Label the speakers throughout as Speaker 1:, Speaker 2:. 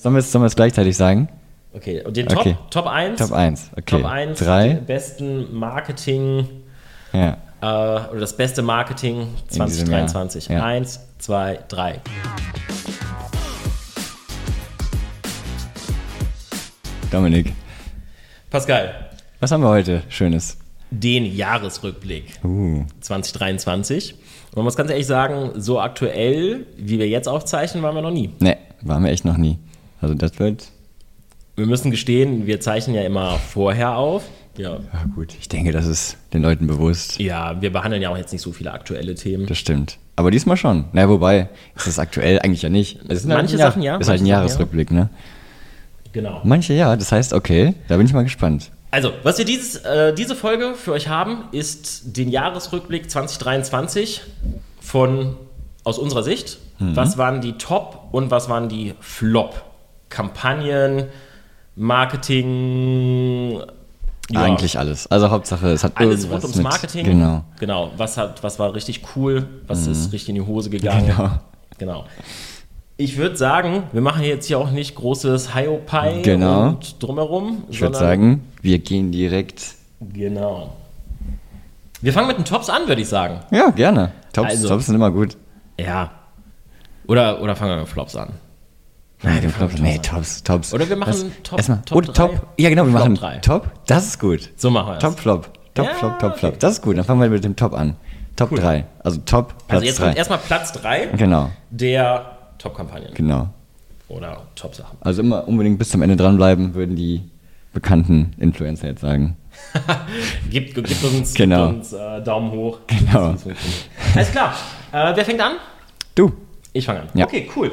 Speaker 1: Sollen wir es sollen wir es gleichzeitig sagen?
Speaker 2: Okay, und den
Speaker 1: Okay.
Speaker 2: Top, Top 1?
Speaker 1: Top 1, okay.
Speaker 2: Top 1,
Speaker 1: Drei.
Speaker 2: die besten Marketing,
Speaker 1: Ja.
Speaker 2: äh, oder das beste Marketing
Speaker 1: In diesem Jahr,
Speaker 2: 2023.
Speaker 1: ja.
Speaker 2: Eins, zwei, drei.
Speaker 1: Dominik,
Speaker 2: Pascal,
Speaker 1: was haben wir heute Schönes?
Speaker 2: den Jahresrückblick
Speaker 1: Uh,
Speaker 2: 2023. Und man muss ganz ehrlich sagen, so aktuell, wie wir jetzt aufzeichnen, waren wir noch nie.
Speaker 1: ne, waren wir echt noch nie. Also das wird.
Speaker 2: Wir müssen gestehen, wir zeichnen ja immer vorher auf. Ja,
Speaker 1: Ja, ah, gut. Ich denke, das ist den Leuten bewusst.
Speaker 2: ja wir behandeln ja auch jetzt nicht so viele aktuelle Themen.
Speaker 1: Das stimmt. Aber diesmal schon. Na, wobei, ist das aktuell eigentlich ja nicht. Es ist halt
Speaker 2: Also Manche
Speaker 1: ein Jahr-
Speaker 2: Sachen ja,
Speaker 1: Ist halt ein
Speaker 2: manche Sachen ja.
Speaker 1: Jahresrückblick, ne?
Speaker 2: Genau.
Speaker 1: Manche ja, das heißt, okay, da bin ich mal gespannt.
Speaker 2: Also, was wir dieses, äh, diese Folge für euch haben, ist den Jahresrückblick 2023 von aus unserer Sicht.
Speaker 1: Mhm.
Speaker 2: Was waren die Top und was waren die Flop? Kampagnen, Marketing. ja,
Speaker 1: Eigentlich alles. Also Hauptsache, es hat
Speaker 2: alles
Speaker 1: irgendwas
Speaker 2: rund ums
Speaker 1: mit-
Speaker 2: Marketing.
Speaker 1: Genau. Mhm.
Speaker 2: Genau. Was hat, was war richtig cool? Was ist richtig in die Hose gegangen?
Speaker 1: Genau.
Speaker 2: Genau. Ich würde sagen, wir machen jetzt hier auch nicht großes Hiopai
Speaker 1: Genau.
Speaker 2: und drumherum.
Speaker 1: Ich würde sagen, wir gehen direkt.
Speaker 2: Genau. Wir fangen mit den Tops an, würde ich sagen.
Speaker 1: Ja, gerne. Tops,
Speaker 2: Also.
Speaker 1: Tops sind immer gut.
Speaker 2: Ja. Oder, oder fangen wir mit Flops an.
Speaker 1: Nein, wir Flops. Nee, Tops, Tops.
Speaker 2: Oder wir machen
Speaker 1: Was?
Speaker 2: Top-
Speaker 1: Erstmal,
Speaker 2: Top
Speaker 1: oh,
Speaker 2: drei.
Speaker 1: Top. Ja, genau, wir
Speaker 2: Flop
Speaker 1: machen
Speaker 2: drei.
Speaker 1: Top. Das ist gut.
Speaker 2: So machen wir es.
Speaker 1: Top, Flop. Top,
Speaker 2: Ja,
Speaker 1: Flop, Top,
Speaker 2: okay.
Speaker 1: Flop. Das ist gut. Dann fangen wir mit dem Top an. Top 3. Also Top, Platz
Speaker 2: also jetzt
Speaker 1: 3.
Speaker 2: kommt erstmal Platz 3
Speaker 1: Genau,
Speaker 2: der Top-Kampagnen
Speaker 1: genau.
Speaker 2: oder Top-Sachen.
Speaker 1: Also immer unbedingt bis zum Ende dranbleiben, würden die bekannten Influencer jetzt sagen.
Speaker 2: Gibt, gibt uns,
Speaker 1: Genau.
Speaker 2: gibt uns äh, Daumen hoch.
Speaker 1: Genau.
Speaker 2: Das ist funktioniert. Alles klar. Äh, wer fängt an?
Speaker 1: Du.
Speaker 2: Ich fange an.
Speaker 1: Ja.
Speaker 2: Okay, cool.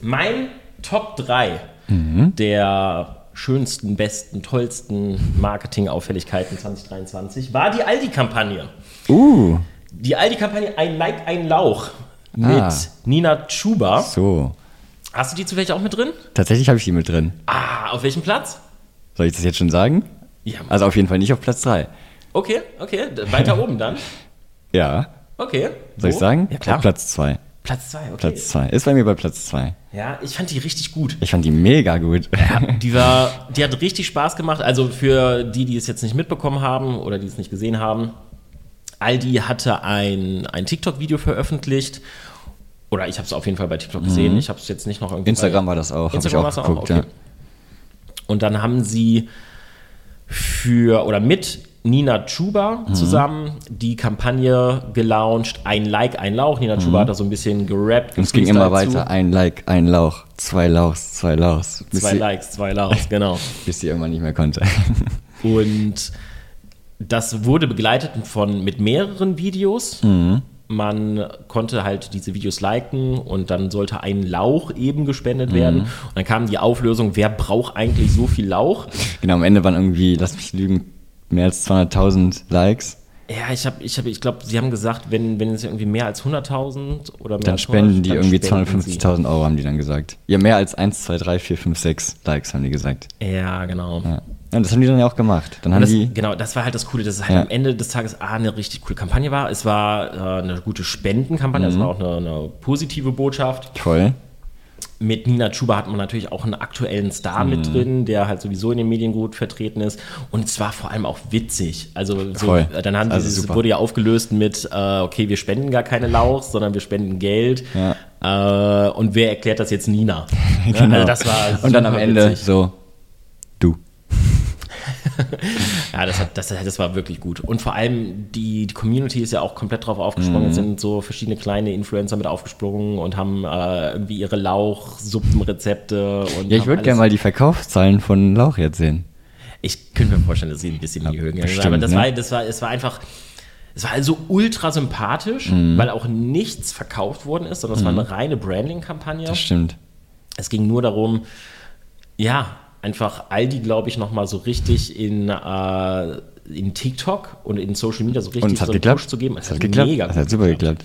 Speaker 2: Mein Top 3
Speaker 1: Mhm.
Speaker 2: der schönsten, besten, tollsten Marketing-Auffälligkeiten 2023 war die Aldi-Kampagne.
Speaker 1: Uh,
Speaker 2: Die Aldi-Kampagne Ein Like, ein Lauch mit
Speaker 1: Ah.
Speaker 2: Nina Chuba.
Speaker 1: so.
Speaker 2: Hast du die zufällig auch mit drin?
Speaker 1: Tatsächlich habe ich die mit drin.
Speaker 2: Ah, auf welchem Platz?
Speaker 1: Soll ich das jetzt schon sagen?
Speaker 2: Ja,
Speaker 1: Also auf jeden Fall nicht auf Platz 3.
Speaker 2: okay, okay. d- Weiter oben dann.
Speaker 1: Ja,
Speaker 2: Okay.
Speaker 1: soll ich
Speaker 2: Wo?
Speaker 1: sagen?
Speaker 2: Ja, klar. Äh.
Speaker 1: Auf Platz 2.
Speaker 2: Platz 2, okay.
Speaker 1: Platz 2. Ist bei mir bei Platz 2.
Speaker 2: Ja, ich fand die richtig gut.
Speaker 1: Ich fand die mega gut.
Speaker 2: Die war, die hat richtig Spaß gemacht. Also für die, die es jetzt nicht mitbekommen haben oder die es nicht gesehen haben, Aldi hatte ein, ein TikTok-Video veröffentlicht. Oder ich habe es auf jeden Fall bei TikTok gesehen. Ich habe es jetzt nicht noch irgendwie.
Speaker 1: Mhm. Instagram
Speaker 2: bei,
Speaker 1: war das auch. hab
Speaker 2: Instagram
Speaker 1: ich
Speaker 2: war's
Speaker 1: auch
Speaker 2: auch,
Speaker 1: geguckt,
Speaker 2: okay. Und dann haben sie für oder mit Nina Chuba
Speaker 1: Mhm.
Speaker 2: zusammen die Kampagne gelauncht. Ein Like, ein Lauch. Nina Chuba hat da so ein bisschen gerappt.
Speaker 1: Mhm. Und es ging immer weiter. Ein Like, ein Lauch, zwei Lauchs, zwei Lauchs. Bis,
Speaker 2: Zwei
Speaker 1: sie,
Speaker 2: Likes, zwei Lauchs, genau.
Speaker 1: bis sie irgendwann nicht mehr konnte.
Speaker 2: Und das wurde begleitet von mit mehreren Videos.
Speaker 1: Mhm.
Speaker 2: Man konnte halt diese Videos liken und dann sollte ein Lauch eben gespendet
Speaker 1: Mhm.
Speaker 2: werden. Und dann kam die Auflösung, wer braucht eigentlich so viel Lauch?
Speaker 1: genau, am Ende waren irgendwie, lass mich lügen, mehr als 200.000 Likes.
Speaker 2: Ja, ich habe, ich habe, ich glaube, sie haben gesagt, wenn, wenn es irgendwie mehr als 100.000 oder mehr
Speaker 1: Dann
Speaker 2: als
Speaker 1: spenden die
Speaker 2: dann
Speaker 1: irgendwie
Speaker 2: spenden sie.
Speaker 1: 250.000 Euro, haben die dann gesagt. Ja, mehr als 1, 2, 3, 4, 5, 6 Likes haben die gesagt.
Speaker 2: Ja, genau.
Speaker 1: Ja. ja das haben die dann ja auch gemacht. Dann haben
Speaker 2: das,
Speaker 1: die.
Speaker 2: genau, das war halt das Coole, dass es halt
Speaker 1: Ja.
Speaker 2: am Ende des Tages A, eine richtig coole Kampagne war. Es war äh, eine gute Spendenkampagne,
Speaker 1: Mhm.
Speaker 2: es war auch eine, eine positive Botschaft.
Speaker 1: Toll.
Speaker 2: mit Nina Chuba hat man natürlich auch einen aktuellen Star
Speaker 1: Mhm.
Speaker 2: mit drin, der halt sowieso in den Medien gut vertreten ist. Und es war vor allem auch witzig. Also so,
Speaker 1: Voll.
Speaker 2: dann haben
Speaker 1: Also
Speaker 2: sie, es
Speaker 1: super.
Speaker 2: wurde ja aufgelöst mit, äh, okay, wir spenden gar keine Lauchs, sondern wir spenden Geld. Äh, und wer erklärt das jetzt Nina? Ne? Also das war
Speaker 1: Genau. Und dann am
Speaker 2: super
Speaker 1: Ende
Speaker 2: witzig.
Speaker 1: so. Du.
Speaker 2: Ja, das, hat, das, das war wirklich gut. Und vor allem die, die Community ist ja auch komplett drauf
Speaker 1: Mhm.
Speaker 2: aufgesprungen. Es sind so verschiedene kleine Influencer mit aufgesprungen und haben äh, irgendwie ihre Lauchsuppenrezepte.
Speaker 1: Ja,
Speaker 2: und
Speaker 1: ich
Speaker 2: haben
Speaker 1: würde
Speaker 2: alles-
Speaker 1: gerne mal die Verkaufszahlen von Lauch jetzt sehen.
Speaker 2: Ich könnte mir vorstellen, dass sie ein bisschen in die Höhe gegangen sind.
Speaker 1: bestimmt,
Speaker 2: Aber das
Speaker 1: ne?
Speaker 2: war, das war, es war einfach, es war also ultra sympathisch,
Speaker 1: Mhm.
Speaker 2: weil auch nichts verkauft worden ist, sondern es war eine reine Branding-Kampagne.
Speaker 1: Das stimmt.
Speaker 2: Es ging nur darum, ja, einfach Aldi, glaube ich, nochmal so richtig in, äh, in TikTok und in Social Media so richtig
Speaker 1: Und es hat
Speaker 2: so
Speaker 1: geklappt.
Speaker 2: Push zu geben.
Speaker 1: Es hat geklappt. es hat super geklappt.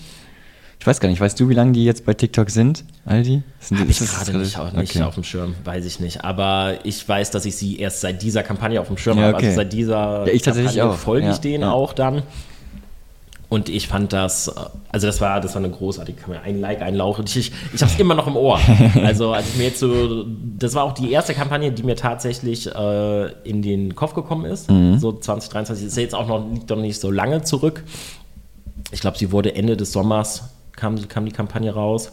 Speaker 1: Ich weiß gar nicht, weißt du, wie lange die jetzt bei TikTok sind, Aldi? Sind
Speaker 2: Habe
Speaker 1: die-
Speaker 2: ich
Speaker 1: Hm, ist das
Speaker 2: gerade nicht, auch nicht auf dem Schirm, weiß ich nicht. Aber ich weiß, dass ich sie erst seit dieser Kampagne auf dem Schirm
Speaker 1: Ja,
Speaker 2: habe.
Speaker 1: okay.
Speaker 2: Also seit dieser
Speaker 1: Ja, ich tatsächlich auch.
Speaker 2: folge
Speaker 1: Ja,
Speaker 2: ich denen
Speaker 1: ja.
Speaker 2: auch dann. Und ich fand das, also das war, das war eine großartige Kamera. Ein Like, ein Lauch. Und ich, ich, ich habe es immer noch im Ohr. Also als ich mir jetzt so, das war auch die erste Kampagne, die mir tatsächlich äh, in den Kopf gekommen ist.
Speaker 1: Mhm.
Speaker 2: So 2023 ist ja jetzt auch noch, liegt noch nicht so lange zurück. Ich glaube, sie wurde Ende des Sommers kam, kam die Kampagne raus.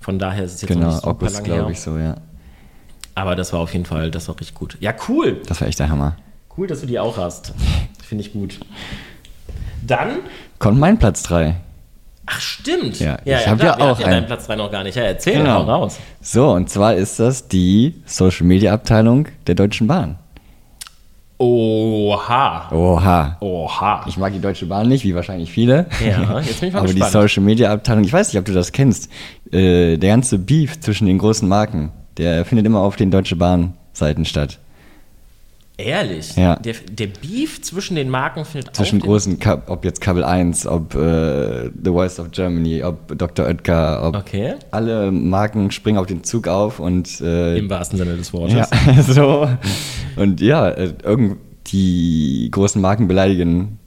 Speaker 2: Von daher ist es jetzt noch
Speaker 1: Mhm. Genau,
Speaker 2: nicht super
Speaker 1: August,
Speaker 2: lange
Speaker 1: glaube
Speaker 2: her.
Speaker 1: ich, so, ja.
Speaker 2: Aber das war auf jeden Fall, das war richtig gut. Ja, cool.
Speaker 1: Das war echt der Hammer.
Speaker 2: Cool, dass du die auch hast. Finde ich gut. Dann,
Speaker 1: Kommt mein Platz 3.
Speaker 2: ach stimmt.
Speaker 1: Ja, ich hab ja
Speaker 2: da- wir hatten
Speaker 1: auch einen.
Speaker 2: deinen Platz 3 noch gar nicht. Ja, erzähl
Speaker 1: Genau.
Speaker 2: doch mal raus.
Speaker 1: So, und zwar ist das die Social Media Abteilung der Deutschen Bahn.
Speaker 2: Oha.
Speaker 1: Oha.
Speaker 2: Oha.
Speaker 1: Ich mag die Deutsche Bahn nicht, wie wahrscheinlich viele.
Speaker 2: Ja, jetzt bin ich mal
Speaker 1: Aber
Speaker 2: gespannt.
Speaker 1: die Social Media Abteilung, ich weiß nicht, ob du das kennst. Äh, der ganze Beef zwischen den großen Marken, der findet immer auf den Deutsche Bahn Seiten statt.
Speaker 2: Ehrlich.
Speaker 1: Ja.
Speaker 2: Der, der Beef zwischen den Marken findet
Speaker 1: Zwischen
Speaker 2: auf den-
Speaker 1: großen, Ka ob jetzt Kabel 1, ob äh, The Voice of Germany, ob Dr. Oetker, ob
Speaker 2: Okay.
Speaker 1: alle Marken springen auf den Zug auf und äh,
Speaker 2: Im wahrsten Sinne des Wortes.
Speaker 1: Ja, so. Und ja, äh, irgend die großen Marken beleidigen,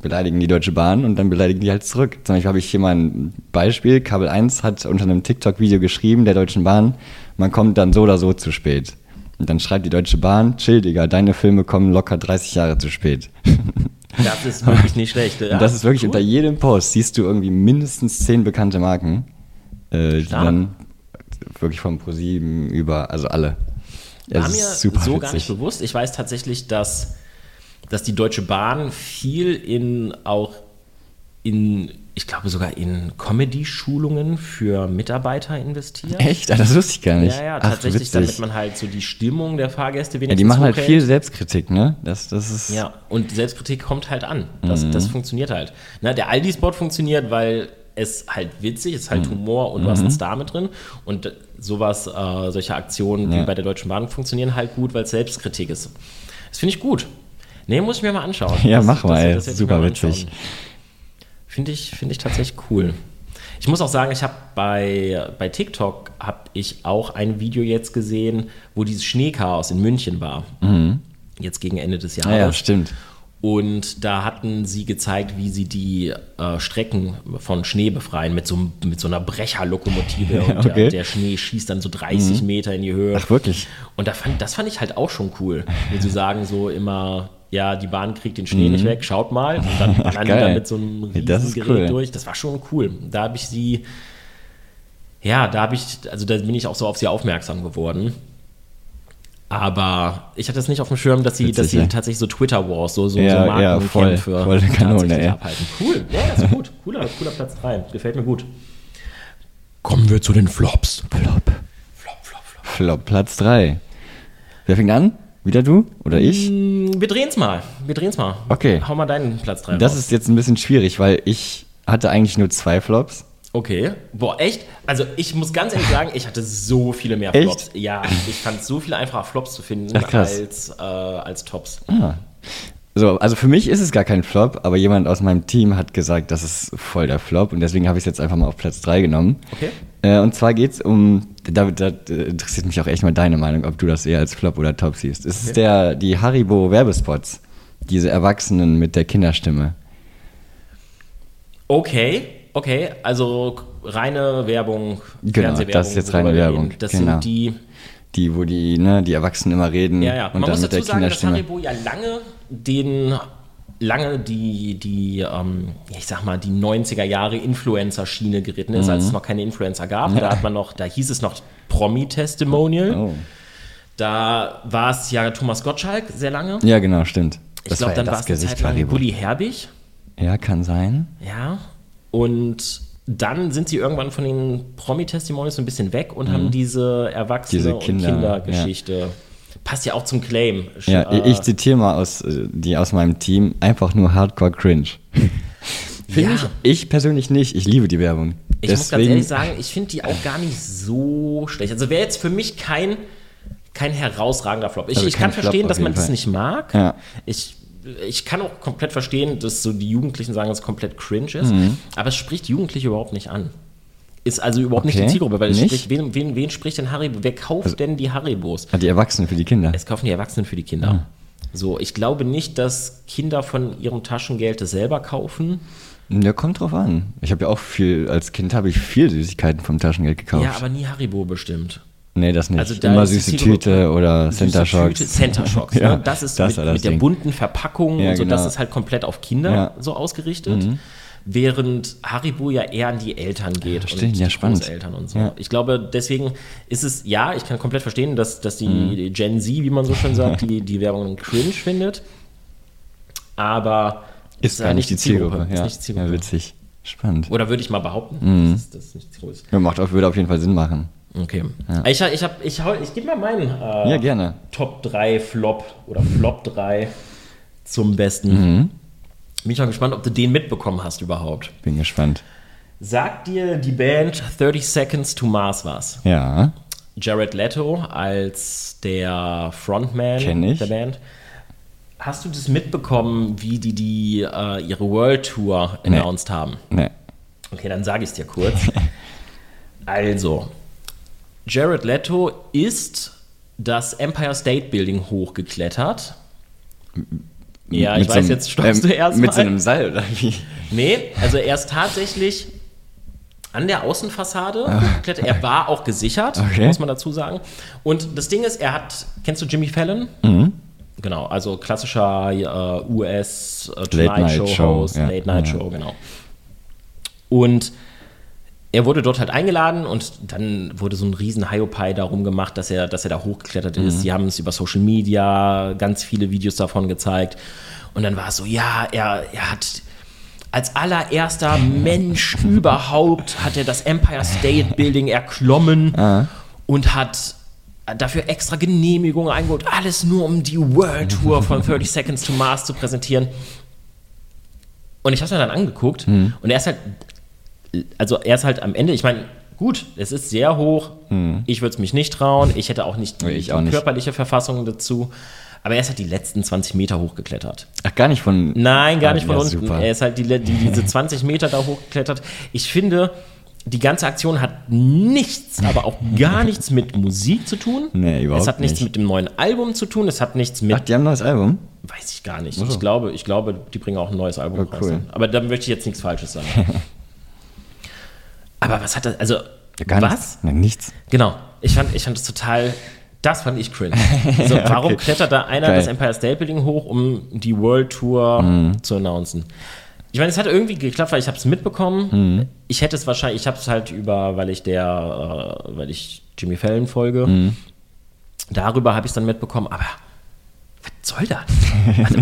Speaker 1: beleidigen die Deutsche Bahn und dann beleidigen die halt zurück. Zum Beispiel habe ich hier mal ein Beispiel. Kabel 1 hat unter einem TikTok-Video geschrieben, der Deutschen Bahn, man kommt dann so oder so zu spät. Und dann schreibt die Deutsche Bahn, chill, Digga, deine Filme kommen locker 30 Jahre zu spät.
Speaker 2: Das ist wirklich nicht schlecht. Ja,
Speaker 1: und das ist wirklich
Speaker 2: cool.
Speaker 1: unter jedem Post siehst du irgendwie mindestens zehn bekannte Marken, äh, die
Speaker 2: Stark.
Speaker 1: dann wirklich vom ProSieben über, also alle. Ja,
Speaker 2: war
Speaker 1: das
Speaker 2: mir
Speaker 1: ist super
Speaker 2: so gar
Speaker 1: witzig.
Speaker 2: nicht bewusst. Ich weiß tatsächlich, dass, dass die Deutsche Bahn viel in auch in, ich glaube sogar in Comedy-Schulungen für Mitarbeiter investiert.
Speaker 1: Echt? Ah, Das wusste ich gar nicht.
Speaker 2: Ja, ja,
Speaker 1: Ach,
Speaker 2: tatsächlich,
Speaker 1: witzig.
Speaker 2: damit man halt so die Stimmung der Fahrgäste
Speaker 1: ja,
Speaker 2: wenigstens
Speaker 1: die machen halt
Speaker 2: hochhält.
Speaker 1: viel Selbstkritik, ne? Das, das ist. Mhm.
Speaker 2: Ja, und Selbstkritik kommt halt an. Das, das funktioniert halt. Na, der Aldi-Spot funktioniert, weil es halt witzig ist,
Speaker 1: Mhm.
Speaker 2: halt Humor und was ist da mit drin. Und sowas, äh, solche Aktionen
Speaker 1: Ja.
Speaker 2: wie bei der Deutschen Bahn funktionieren halt gut, weil es Selbstkritik ist. Das finde ich gut. Nee, muss ich mir mal anschauen.
Speaker 1: Ja,
Speaker 2: Das-
Speaker 1: mach mal, ey.
Speaker 2: werd ich
Speaker 1: Super
Speaker 2: mir mal
Speaker 1: witzig.
Speaker 2: anschauen. Finde ich, finde ich tatsächlich cool. Ich muss auch sagen, ich habe bei, bei TikTok habe ich auch ein Video jetzt gesehen, wo dieses Schneechaos in München war. Jetzt gegen Ende des
Speaker 1: Mhm. Ah,
Speaker 2: Jahres.
Speaker 1: ja, stimmt.
Speaker 2: Und da hatten sie gezeigt, wie sie die äh, Strecken von Schnee befreien mit so, einem- mit so einer Brecherlokomotive. Und
Speaker 1: Okay. Mhm.
Speaker 2: der, der Schnee schießt dann so 30 Meter in die Höhe.
Speaker 1: Ach, wirklich?
Speaker 2: Und da fand, das fand ich halt auch schon cool. Wenn sie sagen so immer, ja, die Bahn kriegt den Schnee nicht weg, schaut mal. Und dann ballern die
Speaker 1: Mhm. geil.
Speaker 2: da mit so einem
Speaker 1: Ja, das ist
Speaker 2: Riesengerät
Speaker 1: cool.
Speaker 2: durch. Das war schon cool. Da habe ich sie, ja, da habe ich, also da bin ich auch so auf sie aufmerksam geworden. Aber ich hatte das nicht auf dem Schirm, dass sie,
Speaker 1: Witzig,
Speaker 2: dass sie
Speaker 1: ja.
Speaker 2: tatsächlich so Twitter-Wars, so, so,
Speaker 1: Ja,
Speaker 2: so
Speaker 1: ja, voll,
Speaker 2: Markenkämpfe
Speaker 1: volle Kanone,
Speaker 2: tatsächlich
Speaker 1: ey.
Speaker 2: abhalten. Cool, ja, das ist gut. Cooler, cooler Platz 3. Gefällt mir gut. Kommen wir zu den Flops. Flop. Flop, flop, flop.
Speaker 1: Flop, Platz 3. Wer fängt an? Wieder du? Oder ich?
Speaker 2: Hm, Wir drehen's mal. Wir drehen's mal.
Speaker 1: Okay.
Speaker 2: Hau mal deinen Platz 3
Speaker 1: Das
Speaker 2: raus.
Speaker 1: ist jetzt ein bisschen schwierig, weil ich hatte eigentlich nur zwei Flops.
Speaker 2: Okay. Boah, echt? Also ich muss ganz ehrlich sagen, ich hatte so viele mehr
Speaker 1: Echt?
Speaker 2: Flops. Ja, ich fand es so viel einfacher, Flops zu finden
Speaker 1: Ach, krass.
Speaker 2: als, äh, als Tops.
Speaker 1: So, also für mich ist es gar kein Flop, aber jemand aus meinem Team hat gesagt, das ist voll der Flop und deswegen habe ich es jetzt einfach mal auf Platz 3 genommen.
Speaker 2: Okay.
Speaker 1: Äh, und zwar geht es um, da, da äh, interessiert mich auch echt mal deine Meinung, ob du das eher als Flop oder Top siehst. Es ist der, die Haribo-Werbespots, diese Erwachsenen mit der Kinderstimme.
Speaker 2: Okay, okay, also reine Werbung,
Speaker 1: Genau,
Speaker 2: Fernsehwerbung,
Speaker 1: das ist jetzt reine
Speaker 2: worüber wir
Speaker 1: Werbung,
Speaker 2: reden. Das
Speaker 1: genau.
Speaker 2: sind die,
Speaker 1: Die, wo die, ne, die Erwachsenen immer reden
Speaker 2: ja, ja.
Speaker 1: und
Speaker 2: Man
Speaker 1: dann
Speaker 2: muss
Speaker 1: mit der
Speaker 2: dazu sagen, dass
Speaker 1: Kinderstimme.
Speaker 2: Haribo ja lange den, lange die, die, ähm, ja, ich sag mal, die 90er Jahre Influencer-Schiene geritten ist,
Speaker 1: Mhm.
Speaker 2: als es noch keine Influencer gab. Da hat man noch, da hieß es noch Promi-Testimonial.
Speaker 1: Oh.
Speaker 2: Da war es ja Thomas Gottschalk sehr lange.
Speaker 1: Ja, genau, stimmt.
Speaker 2: ich glaube, dann war es eine Zeit lang Bulli Herbig.
Speaker 1: Ja, kann sein.
Speaker 2: Ja. Und dann sind sie irgendwann von den Promi-Testimonials so ein bisschen weg und haben diese Erwachsene-
Speaker 1: Mhm. Diese
Speaker 2: und
Speaker 1: Kinder-
Speaker 2: Kindergeschichte. Passt ja auch zum Claim.
Speaker 1: Ja,
Speaker 2: Äh,
Speaker 1: ich, ich zitiere mal aus, äh, die aus meinem Team, einfach nur Hardcore Cringe. Finde
Speaker 2: Ja.
Speaker 1: ich, ich persönlich nicht, ich liebe die Werbung.
Speaker 2: ich muss ganz ehrlich sagen, ich finde die auch gar nicht so schlecht. Also wäre jetzt für mich kein, kein herausragender Flop. Ich,
Speaker 1: Also
Speaker 2: ich
Speaker 1: kein
Speaker 2: kann
Speaker 1: Flop
Speaker 2: verstehen,
Speaker 1: auf
Speaker 2: dass man
Speaker 1: jeden
Speaker 2: das
Speaker 1: Fall.
Speaker 2: nicht mag.
Speaker 1: Ja.
Speaker 2: Ich, ich kann auch komplett verstehen, dass so die Jugendlichen sagen, dass es komplett cringe ist.
Speaker 1: Mhm.
Speaker 2: Aber es spricht Jugendliche überhaupt nicht an. Ist also überhaupt nicht
Speaker 1: Okay.
Speaker 2: die Zielgruppe, weil es
Speaker 1: Nicht? Also
Speaker 2: spricht, wen, wen, wen spricht denn Haribo? Wer kauft denn die Haribos?
Speaker 1: Ah, Die Erwachsenen für die Kinder.
Speaker 2: Es kaufen die Erwachsenen für die Kinder. So, ich glaube nicht, dass Kinder von ihrem Taschengeld das selber kaufen.
Speaker 1: Ja, kommt drauf an. Ich habe ja auch viel, als Kind habe ich viel Süßigkeiten vom Taschengeld gekauft.
Speaker 2: Ja, aber nie Haribo bestimmt.
Speaker 1: nee, das nicht.
Speaker 2: Also da
Speaker 1: Immer
Speaker 2: ist die
Speaker 1: süße
Speaker 2: Zielgruppe-
Speaker 1: Tüte oder
Speaker 2: Süße
Speaker 1: Center Shocks.
Speaker 2: Tüte, Center Shocks.
Speaker 1: Ja,
Speaker 2: ne? Das ist
Speaker 1: das
Speaker 2: mit,
Speaker 1: war das
Speaker 2: mit der
Speaker 1: Ding.
Speaker 2: bunten Verpackung
Speaker 1: Ja,
Speaker 2: und so, das
Speaker 1: genau.
Speaker 2: ist halt komplett auf Kinder
Speaker 1: Ja. Mhm.
Speaker 2: so ausgerichtet. Während Haribo ja eher an die Eltern geht
Speaker 1: Stimmt,
Speaker 2: und
Speaker 1: ja,
Speaker 2: die
Speaker 1: spannend.
Speaker 2: Großeltern und so.
Speaker 1: Ja.
Speaker 2: Ich glaube, deswegen ist es, ja, ich kann komplett verstehen, dass, dass die
Speaker 1: Mhm.
Speaker 2: Gen Z, wie man so schön sagt, die, die Werbung cringe findet. Aber
Speaker 1: Ist
Speaker 2: halt
Speaker 1: gar nicht die Zielgruppe.
Speaker 2: Ist
Speaker 1: Ja.
Speaker 2: nicht die Zielgruppe.
Speaker 1: ja, Mhm. witzig. Spannend.
Speaker 2: Oder würde ich mal behaupten, dass das nicht die Zielgruppe ist.
Speaker 1: Ja, macht auf, würde auf jeden Fall Sinn machen.
Speaker 2: Okay. Ich, ich, hab- ich, hau- ich gebe mal meinen äh,
Speaker 1: Ja, gerne.
Speaker 2: Top 3 Flop oder Flop 3 zum Besten.
Speaker 1: Mhm.
Speaker 2: Bin ich mal gespannt, ob du den mitbekommen hast überhaupt.
Speaker 1: Bin gespannt.
Speaker 2: Sagt dir die Band 30 Seconds to Mars was?
Speaker 1: Ja.
Speaker 2: Jared Leto als der Frontman
Speaker 1: Kenn ich.
Speaker 2: der Band. Hast du das mitbekommen, wie die, die äh, ihre World Tour
Speaker 1: Nee.
Speaker 2: announced haben?
Speaker 1: Nee.
Speaker 2: Okay, dann sage ich es dir kurz. also, Jared Leto ist das Empire State Building hochgeklettert. Ja, ich
Speaker 1: Mit so
Speaker 2: weiß,
Speaker 1: einem-
Speaker 2: jetzt stockst du
Speaker 1: ähm,
Speaker 2: erst
Speaker 1: Mit
Speaker 2: mal.
Speaker 1: so einem Seil, oder wie?
Speaker 2: Nee, also er ist tatsächlich an der Außenfassade geklettert. Er war auch gesichert,
Speaker 1: Ah. Okay.
Speaker 2: muss man dazu sagen. Und das Ding ist, er hat, kennst du Jimmy Fallon?
Speaker 1: Mhm.
Speaker 2: Genau, also klassischer äh, US äh, Tonight
Speaker 1: Night
Speaker 2: Show,
Speaker 1: Show,
Speaker 2: Host,
Speaker 1: ja.
Speaker 2: Late Night
Speaker 1: Ja.
Speaker 2: Show, genau. Und er wurde dort halt eingeladen und dann wurde so ein riesen Hiopai darum gemacht, dass er, dass er da hochgeklettert ist. Sie haben es über Social Media ganz viele Videos davon gezeigt. Und dann war es so, ja, er, er hat als allererster Mensch überhaupt hat er das Empire State Building erklommen und hat dafür extra Genehmigungen eingeholt. Alles nur, um die World Tour von 30 Seconds to Mars zu präsentieren. Und ich habe es mir dann angeguckt
Speaker 1: Hm.
Speaker 2: und er ist halt, also er ist halt am Ende, ich meine, gut, es ist sehr hoch, ich würde es mich nicht trauen, ich hätte auch nicht die,
Speaker 1: Hm. Ich auch
Speaker 2: die
Speaker 1: nicht.
Speaker 2: körperliche Verfassung dazu, aber er ist halt die letzten 20 Meter hochgeklettert.
Speaker 1: Ach, gar nicht von.
Speaker 2: Nein, gar
Speaker 1: Ah,
Speaker 2: nicht von
Speaker 1: ja,
Speaker 2: unten.
Speaker 1: Super.
Speaker 2: Er ist halt die, die, diese 20 Meter da hochgeklettert. Ich finde, die ganze Aktion hat nichts, aber auch gar nichts mit Musik zu tun.
Speaker 1: Nee, überhaupt
Speaker 2: Es hat nichts
Speaker 1: nicht.
Speaker 2: mit dem neuen Album zu tun. Es hat nichts mit,
Speaker 1: Ach, die haben ein neues Album?
Speaker 2: weiß ich gar nicht. Ich glaube, ich glaube, die bringen auch ein neues Album
Speaker 1: Oh,
Speaker 2: raus.
Speaker 1: cool.
Speaker 2: ne? Aber da möchte ich jetzt nichts Falsches sagen. aber was hat das, also,
Speaker 1: Ja, gar
Speaker 2: was?
Speaker 1: Nichts. Nein, nichts.
Speaker 2: Genau. Ich fand, ich fand das total. Das fand ich cringe. Also, Warum
Speaker 1: Okay.
Speaker 2: klettert da einer
Speaker 1: Geil.
Speaker 2: das Empire State Building hoch, um die World Tour
Speaker 1: Mhm.
Speaker 2: zu announcen? Ich meine, es hat irgendwie geklappt, weil ich habe es mitbekommen.
Speaker 1: Mhm.
Speaker 2: Ich hätte es wahrscheinlich, ich habe es halt über, weil ich der, äh, weil ich Jimmy Fallon folge.
Speaker 1: Mhm.
Speaker 2: Darüber habe ich es dann mitbekommen. Aber was soll das? Also,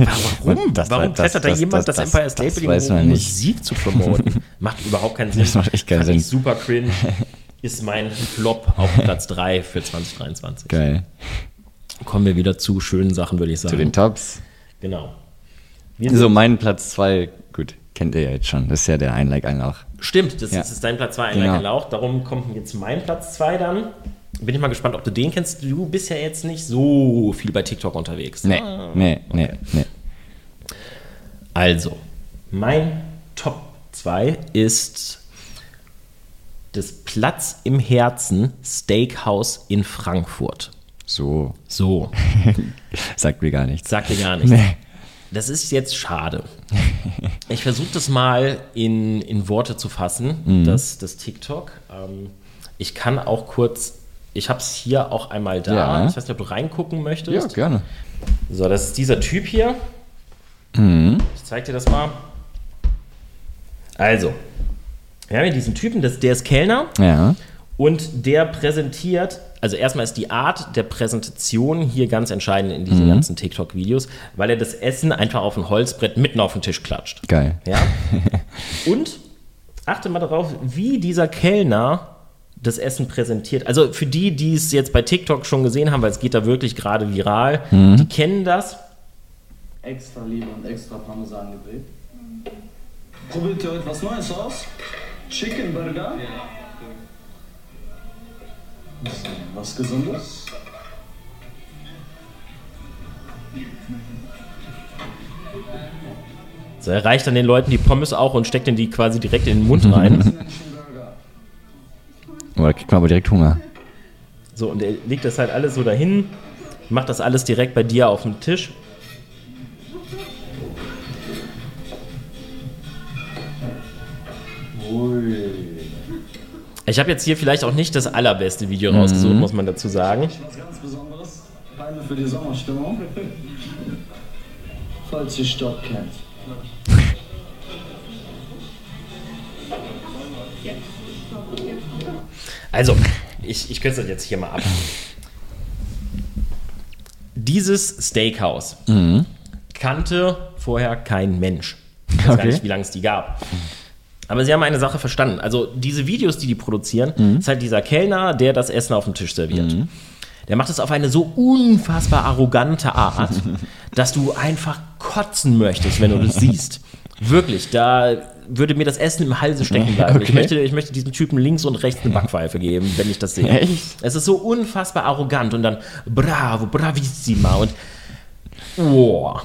Speaker 2: warum?
Speaker 1: Das-
Speaker 2: warum
Speaker 1: das- das-
Speaker 2: klettert da
Speaker 1: das-
Speaker 2: jemand das,
Speaker 1: das-
Speaker 2: Empire State
Speaker 1: das
Speaker 2: Building
Speaker 1: weiß
Speaker 2: hoch,
Speaker 1: man
Speaker 2: um
Speaker 1: nicht.
Speaker 2: Musik zu promoten? macht überhaupt keinen Sinn.
Speaker 1: Das macht echt keinen
Speaker 2: Fand ich
Speaker 1: Sinn.
Speaker 2: super cringe ist mein Flop auf Platz 3 für 2023.
Speaker 1: Geil.
Speaker 2: Kommen wir wieder zu schönen Sachen, würde ich sagen.
Speaker 1: Zu den Tops.
Speaker 2: genau.
Speaker 1: So, mein Platz 2, gut, kennt ihr ja jetzt schon. Das ist ja der Ein Like, Ein Lauch.
Speaker 2: Stimmt, das
Speaker 1: Ja.
Speaker 2: ist, ist dein Platz 2,
Speaker 1: Genau.
Speaker 2: Einlein Lauch. Darum kommt jetzt mein Platz 2 dann. Bin ich mal gespannt, ob du den kennst. Du bist ja jetzt nicht so viel bei TikTok unterwegs.
Speaker 1: Nee, nee, nee, nee.
Speaker 2: Also, mein Top 2 ist das Platz im Herzen Steakhouse in Frankfurt.
Speaker 1: So,
Speaker 2: So,
Speaker 1: sagt mir gar nichts.
Speaker 2: sagt dir gar nichts. Das ist jetzt schade. Ich versuche das mal in, in Worte zu fassen,
Speaker 1: Mhm.
Speaker 2: das, das TikTok. Ähm, ich kann auch kurz, ich habe es hier auch einmal da.
Speaker 1: Ja.
Speaker 2: Ich weiß nicht, ob du reingucken
Speaker 1: Ja,
Speaker 2: möchtest.
Speaker 1: gerne.
Speaker 2: so, das ist dieser Typ hier.
Speaker 1: Mhm.
Speaker 2: Ich zeig dir das mal. Also, wir haben hier diesen Typen, das, der ist Kellner.
Speaker 1: Ja.
Speaker 2: Und der präsentiert, also erstmal ist die Art der Präsentation hier ganz entscheidend in diesen ganzen TikTok-Videos, weil er das Essen einfach auf ein Holzbrett mitten auf den Tisch klatscht.
Speaker 1: Geil.
Speaker 2: Ja? Und achte mal darauf, wie dieser Kellner das Essen präsentiert. Also für die, die es jetzt bei TikTok schon gesehen haben, weil es geht da wirklich gerade viral, die kennen das.
Speaker 3: extra Liebe und extra Parmesan gegrillt. Mhm. Probiert ihr heute was Neues aus? Chicken Burger? Was Gesundes?
Speaker 2: So, er reicht dann den Leuten die Pommes auch und steckt ihnen die quasi direkt in den Mund rein.
Speaker 1: Oh, da kriegt man aber direkt Hunger.
Speaker 2: So, und er legt das halt alles so dahin, macht das alles direkt bei dir auf dem Tisch. Ich habe jetzt hier vielleicht auch nicht das allerbeste Video rausgesucht, muss man dazu sagen.
Speaker 3: Was ganz Besonderes. Palme für die Sommerstimmung. Falls ihr Stopp kennt.
Speaker 2: Also, ich, ich kürze das jetzt hier mal ab. Dieses Steakhouse kannte vorher kein Mensch. Ich weiß
Speaker 1: Okay.
Speaker 2: gar nicht, wie lange es die gab. Aber sie haben eine Sache verstanden. Also diese Videos, die die produzieren,
Speaker 1: Mhm.
Speaker 2: ist halt dieser Kellner, der das Essen auf dem Tisch serviert. Der macht es auf eine so unfassbar arrogante Art, dass du einfach kotzen möchtest, wenn du das siehst. Wirklich, da würde mir das Essen im Halse stecken bleiben. Ich,
Speaker 1: Okay.
Speaker 2: möchte, ich möchte diesem Typen links und rechts eine Backpfeife geben, wenn ich das sehe.
Speaker 1: Echt?
Speaker 2: Es ist so unfassbar arrogant und dann bravo, bravissima und oh.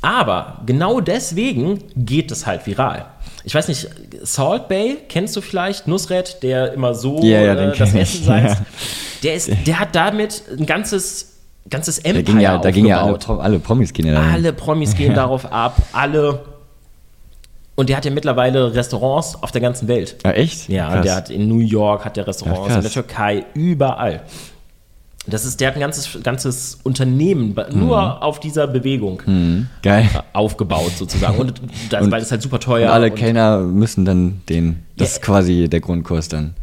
Speaker 2: Aber genau deswegen geht es halt viral. Ich weiß nicht, Salt Bay kennst du vielleicht, Nusret, der immer so äh,
Speaker 1: Ja, ja, den
Speaker 2: das
Speaker 1: kenn ich,
Speaker 2: Essen salzt.
Speaker 1: ja.
Speaker 2: Der, ist, der hat damit ein ganzes, ganzes Empire
Speaker 1: Da ging ja, da ging ja alle,
Speaker 2: aufgebaut.
Speaker 1: Pro- alle Promis gehen ja dahin.
Speaker 2: Alle Promis gehen darauf ab, alle. Und der hat ja mittlerweile Restaurants auf der ganzen Welt.
Speaker 1: Ah, echt?
Speaker 2: Ja,
Speaker 1: Krass.
Speaker 2: der hat in New York hat der Restaurants,
Speaker 1: Ja,
Speaker 2: in
Speaker 1: krass.
Speaker 2: der Türkei, überall. Das ist, der hat ein ganzes, ganzes Unternehmen ba- nur
Speaker 1: Mhm.
Speaker 2: auf dieser Bewegung
Speaker 1: Geil.
Speaker 2: aufgebaut sozusagen. Und das,
Speaker 1: Hm. Und-
Speaker 2: weil das halt super teuer.
Speaker 1: und alle
Speaker 2: und
Speaker 1: Kellner müssen dann den. Das
Speaker 2: Ja.
Speaker 1: ist quasi der Grundkurs dann.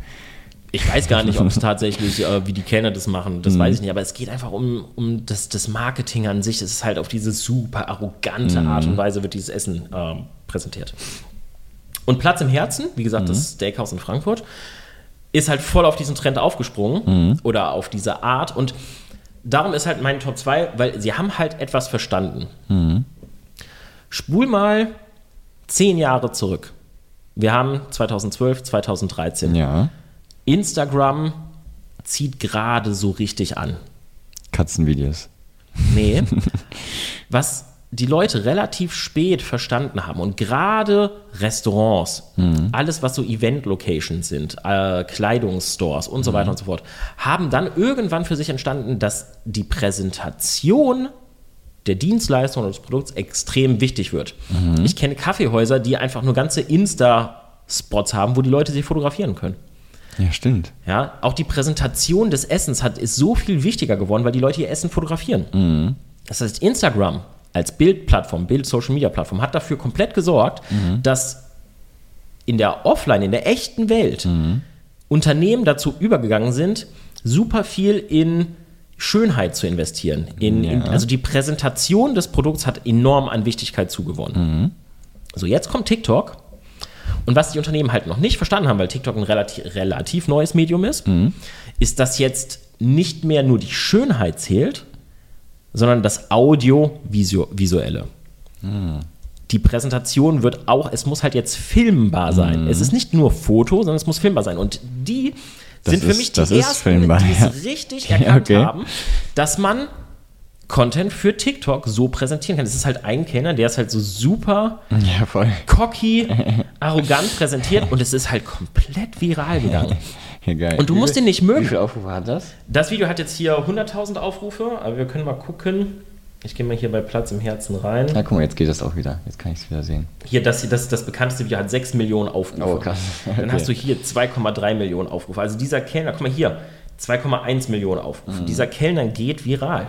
Speaker 2: ich weiß gar nicht, ob es tatsächlich, äh, wie die Kellner das machen, das weiß ich nicht. Aber es geht einfach um, um das, das Marketing an sich. Es ist halt auf diese super arrogante Art und Weise wird dieses Essen ähm, präsentiert. Und Platz im Herzen, wie gesagt, das Steakhouse in Frankfurt, ist halt voll auf diesen Trend aufgesprungen oder auf diese Art. Und darum ist halt mein Top 2, weil sie haben halt etwas verstanden. Spul mal zehn Jahre zurück. Wir haben 2012, 2013.
Speaker 1: Ja.
Speaker 2: Instagram zieht gerade so richtig an.
Speaker 1: Katzenvideos.
Speaker 2: Nee. Was die Leute relativ spät verstanden haben und gerade Restaurants, alles was so Event-Locations sind, äh, Kleidungsstores und so weiter und so fort, haben dann irgendwann für sich entstanden, dass die Präsentation der Dienstleistung oder des Produkts extrem wichtig wird. Ich kenne Kaffeehäuser, die einfach nur ganze Insta-Spots haben, wo die Leute sich fotografieren können.
Speaker 1: Ja, stimmt.
Speaker 2: Ja, auch die Präsentation des Essens hat, ist so viel wichtiger geworden, weil die Leute ihr Essen fotografieren. Das heißt, Instagram als Bildplattform, Bild-Social-Media-Plattform hat dafür komplett gesorgt, dass in der Offline, in der echten Welt Unternehmen dazu übergegangen sind, super viel in Schönheit zu investieren. In, in, also die Präsentation des Produkts hat enorm an Wichtigkeit zugewonnen. So, jetzt kommt TikTok. Und was die Unternehmen halt noch nicht verstanden haben, weil TikTok ein relativ, relativ neues Medium ist,
Speaker 1: Mhm.
Speaker 2: ist, dass jetzt nicht mehr nur die Schönheit zählt, sondern das Audiovisuelle.
Speaker 1: Mhm.
Speaker 2: Die Präsentation wird auch, es muss halt jetzt filmbar sein.
Speaker 1: Mhm.
Speaker 2: Es ist nicht nur Foto, sondern es muss filmbar sein. Und die
Speaker 1: Das
Speaker 2: sind für
Speaker 1: ist-
Speaker 2: mich
Speaker 1: das
Speaker 2: die
Speaker 1: ist
Speaker 2: ersten,
Speaker 1: filmbar,
Speaker 2: die es
Speaker 1: ja.
Speaker 2: richtig
Speaker 1: Ja,
Speaker 2: erkannt
Speaker 1: okay.
Speaker 2: haben, dass man Content für TikTok so präsentieren kann. Es ist halt ein Kellner, der ist halt so super
Speaker 1: Ja, voll.
Speaker 2: cocky, arrogant präsentiert und es ist halt komplett viral gegangen.
Speaker 1: Ja, geil.
Speaker 2: Und du musst den nicht mögen.
Speaker 1: Aufrufe hat das?
Speaker 2: Das Video hat jetzt hier 100.000 Aufrufe, aber wir können mal gucken. Ich gehe mal hier bei Platz im Herzen rein.
Speaker 1: Na, guck mal, jetzt geht das auch wieder. Jetzt kann ich es wieder sehen.
Speaker 2: Hier, das, hier, das, das bekannteste Video hat 6 Millionen Aufrufe.
Speaker 1: Oh, krass.
Speaker 2: Dann hast du
Speaker 1: Okay.
Speaker 2: hier 2,3 Millionen Aufrufe. Also dieser Kellner, guck mal hier, 2,1 Millionen Aufrufe.
Speaker 1: Mhm.
Speaker 2: Dieser Kellner geht viral.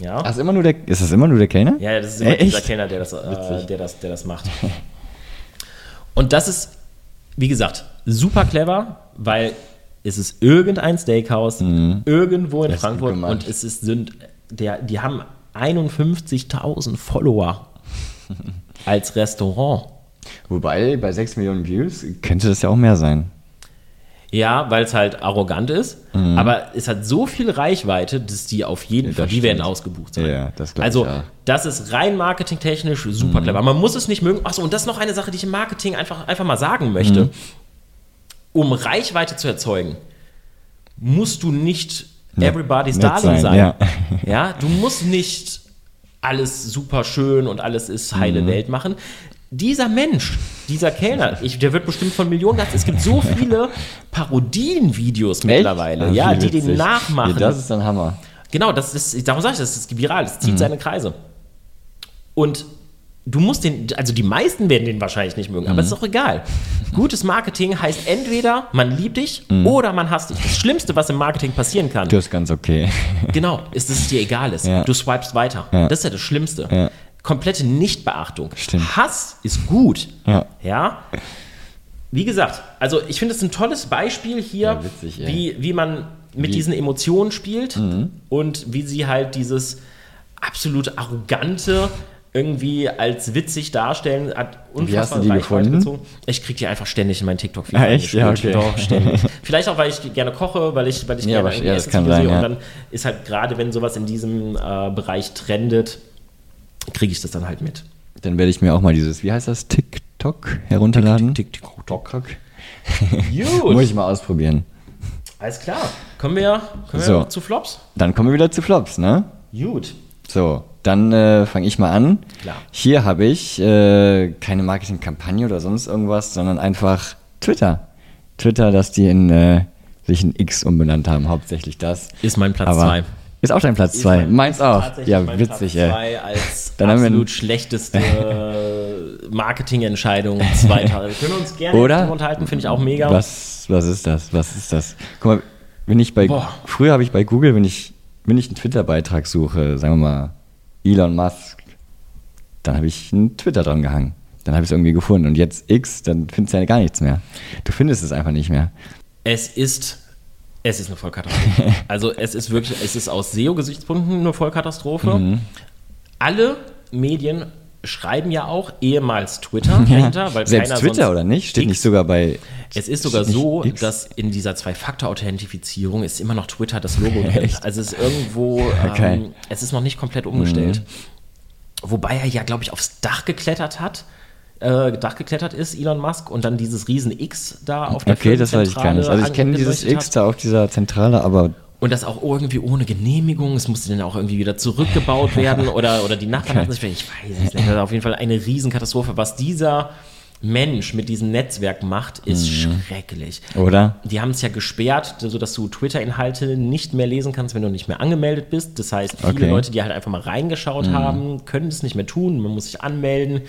Speaker 2: Ja.
Speaker 1: Ach, ist, immer nur der, ist das immer nur der Kellner?
Speaker 2: Ja, ja, das ist immer
Speaker 1: Äh,
Speaker 2: dieser
Speaker 1: echt?
Speaker 2: Kellner, der das, äh,
Speaker 1: Witzig.
Speaker 2: der, das, der das macht. Und das ist, wie gesagt, super clever, weil es ist irgendein Steakhouse irgendwo
Speaker 1: Mhm. Das
Speaker 2: in
Speaker 1: ist gut
Speaker 2: Frankfurt
Speaker 1: gemacht.
Speaker 2: und es ist, sind, der, die haben 51.000 Follower als Restaurant.
Speaker 1: Wobei, bei 6 Millionen Views könnte das ja auch mehr sein.
Speaker 2: Ja, weil es halt arrogant ist, aber es hat so viel Reichweite, dass die auf jeden
Speaker 1: Mhm. Ja,
Speaker 2: Fall,
Speaker 1: das
Speaker 2: die werden
Speaker 1: stimmt.
Speaker 2: ausgebucht sein.
Speaker 1: Ja, das glaub ich
Speaker 2: Also,
Speaker 1: auch. Mhm.
Speaker 2: das ist rein marketingtechnisch super clever. Man muss es nicht mögen. Achso, und das ist noch eine Sache, die ich im Marketing einfach, einfach mal sagen möchte.
Speaker 1: Mhm.
Speaker 2: Um Reichweite zu erzeugen, musst du nicht everybody's
Speaker 1: nett
Speaker 2: darling sein.
Speaker 1: sein, ja.
Speaker 2: ja, du musst nicht alles super schön und alles ist
Speaker 1: Mhm.
Speaker 2: heile Welt machen. Dieser Mensch, dieser Kellner, ich, der wird bestimmt von Millionen gehabt. Es gibt so viele Parodienvideo's mittlerweile,
Speaker 1: Echt? Ah,
Speaker 2: ja,
Speaker 1: wie
Speaker 2: die den
Speaker 1: witzig.
Speaker 2: nachmachen.
Speaker 1: Ja, das Mhm. ist dann Hammer.
Speaker 2: genau, das ist, darum sage ich, das ist viral, das zieht seine Kreise. Und du musst den, also die meisten werden den wahrscheinlich nicht mögen,
Speaker 1: Mhm.
Speaker 2: aber es ist auch egal. Gutes Marketing heißt entweder man liebt dich
Speaker 1: Mhm.
Speaker 2: oder man hasst dich. Das Schlimmste, was im Marketing passieren kann,
Speaker 1: Du ist ganz okay.
Speaker 2: genau, ist, dass es dir egal ist.
Speaker 1: Ja.
Speaker 2: Du swipest weiter.
Speaker 1: Ja.
Speaker 2: Das ist ja das Schlimmste.
Speaker 1: Ja.
Speaker 2: Komplette Nichtbeachtung.
Speaker 1: Stimmt.
Speaker 2: Hass ist gut.
Speaker 1: Ja.
Speaker 2: Ja? Wie gesagt, also ich finde es ein tolles Beispiel hier,
Speaker 1: Ja, witzig, ey.
Speaker 2: wie, wie man
Speaker 1: Wie-
Speaker 2: mit
Speaker 1: Mhm.
Speaker 2: diesen Emotionen spielt und wie sie halt dieses absolut arrogante irgendwie als witzig darstellen hat
Speaker 1: Wie hast du
Speaker 2: unfassbare
Speaker 1: die
Speaker 2: Reichweite
Speaker 1: gefunden?
Speaker 2: gezogen. Ich kriege die einfach ständig in meinen TikTok-Feed.
Speaker 1: Ah, echt? Ja,
Speaker 2: reingespült.
Speaker 1: okay.
Speaker 2: Doch, ständig. Vielleicht auch, weil ich gerne koche, weil ich, weil ich
Speaker 1: Ja,
Speaker 2: gerne
Speaker 1: aber-
Speaker 2: irgendwie
Speaker 1: ja, das
Speaker 2: Essen
Speaker 1: kann
Speaker 2: zugehe
Speaker 1: sein,
Speaker 2: und
Speaker 1: ja.
Speaker 2: dann ist halt gerade, wenn sowas in diesem äh, Bereich trendet, kriege ich das dann halt mit.
Speaker 1: Dann werde ich mir auch mal dieses, wie heißt das, TikTok herunterladen. TikTok. Muss
Speaker 2: Gut,
Speaker 1: ich mal ausprobieren.
Speaker 2: alles klar. Kommen wir, kommen
Speaker 1: So.
Speaker 2: wir zu Flops?
Speaker 1: Dann kommen wir wieder zu Flops, ne?
Speaker 2: Gut.
Speaker 1: So, dann äh, fange ich mal an.
Speaker 2: Klar.
Speaker 1: Hier habe ich äh, keine Marketingkampagne oder sonst irgendwas, sondern einfach Twitter. Twitter, dass die in äh, sich in X umbenannt haben, hauptsächlich das.
Speaker 2: Ist mein Platz
Speaker 1: Aber
Speaker 2: zwei.
Speaker 1: Ist auch dein Platz zwei.
Speaker 2: mein-
Speaker 1: Meins auch.
Speaker 2: Tatsächlich
Speaker 1: Ja,
Speaker 2: mein
Speaker 1: witzig,
Speaker 2: Platz
Speaker 1: ey.
Speaker 2: zwei als
Speaker 1: Dann haben wir einen-
Speaker 2: absolut schlechteste Marketingentscheidung zweiter. Wir können uns gerne
Speaker 1: Oder?
Speaker 2: drüber unterhalten, finde ich auch mega.
Speaker 1: Was, was ist das? Was ist das? Guck mal, wenn ich bei
Speaker 2: Boah.
Speaker 1: früher habe ich bei Google, wenn ich wenn ich einen Twitter-Beitrag suche, sagen wir mal Elon Musk, dann habe ich einen Twitter dran gehangen. Dann habe ich es irgendwie gefunden. Und jetzt X, dann findest du ja gar nichts mehr. Du findest es einfach nicht mehr.
Speaker 2: Es ist, es ist eine Vollkatastrophe. also es ist wirklich, es ist aus SEO-Gesichtspunkten eine Vollkatastrophe.
Speaker 1: Mhm.
Speaker 2: Alle Medien schreiben ja auch ehemals Twitter dahinter, weil
Speaker 1: Selbst
Speaker 2: keiner
Speaker 1: Twitter
Speaker 2: sonst
Speaker 1: oder nicht? Steht
Speaker 2: X-
Speaker 1: nicht sogar bei.
Speaker 2: Es ist sogar
Speaker 1: steht nicht
Speaker 2: so,
Speaker 1: X?
Speaker 2: dass in dieser Zwei-Faktor-Authentifizierung ist immer noch Twitter das Logo drin.
Speaker 1: Echt?
Speaker 2: Also es ist irgendwo,
Speaker 1: Okay. Mhm.
Speaker 2: ähm, es ist noch nicht komplett umgestellt. Wobei er ja, glaube ich, aufs Dach geklettert hat, äh, Dach geklettert ist, Elon Musk, und dann dieses riesen X da auf der
Speaker 1: Okay, das weiß ich gar nicht. Also ich kenne dieses
Speaker 2: angeleuchtet
Speaker 1: X
Speaker 2: hat.
Speaker 1: da auf dieser Zentrale, aber
Speaker 2: Und das auch irgendwie ohne Genehmigung. Es musste dann auch irgendwie wieder zurückgebaut werden oder, oder die Nachbarn hatten sich, ich weiß es nicht. Das ist auf jeden Fall eine Riesenkatastrophe. Was dieser Mensch mit diesem Netzwerk macht, ist
Speaker 1: Mhm.
Speaker 2: schrecklich.
Speaker 1: oder?
Speaker 2: Die haben es ja gesperrt, sodass du Twitter-Inhalte nicht mehr lesen kannst, wenn du nicht mehr angemeldet bist. Das heißt, viele
Speaker 1: Okay.
Speaker 2: Leute, die halt einfach mal reingeschaut haben, können es nicht mehr tun. Man muss sich anmelden.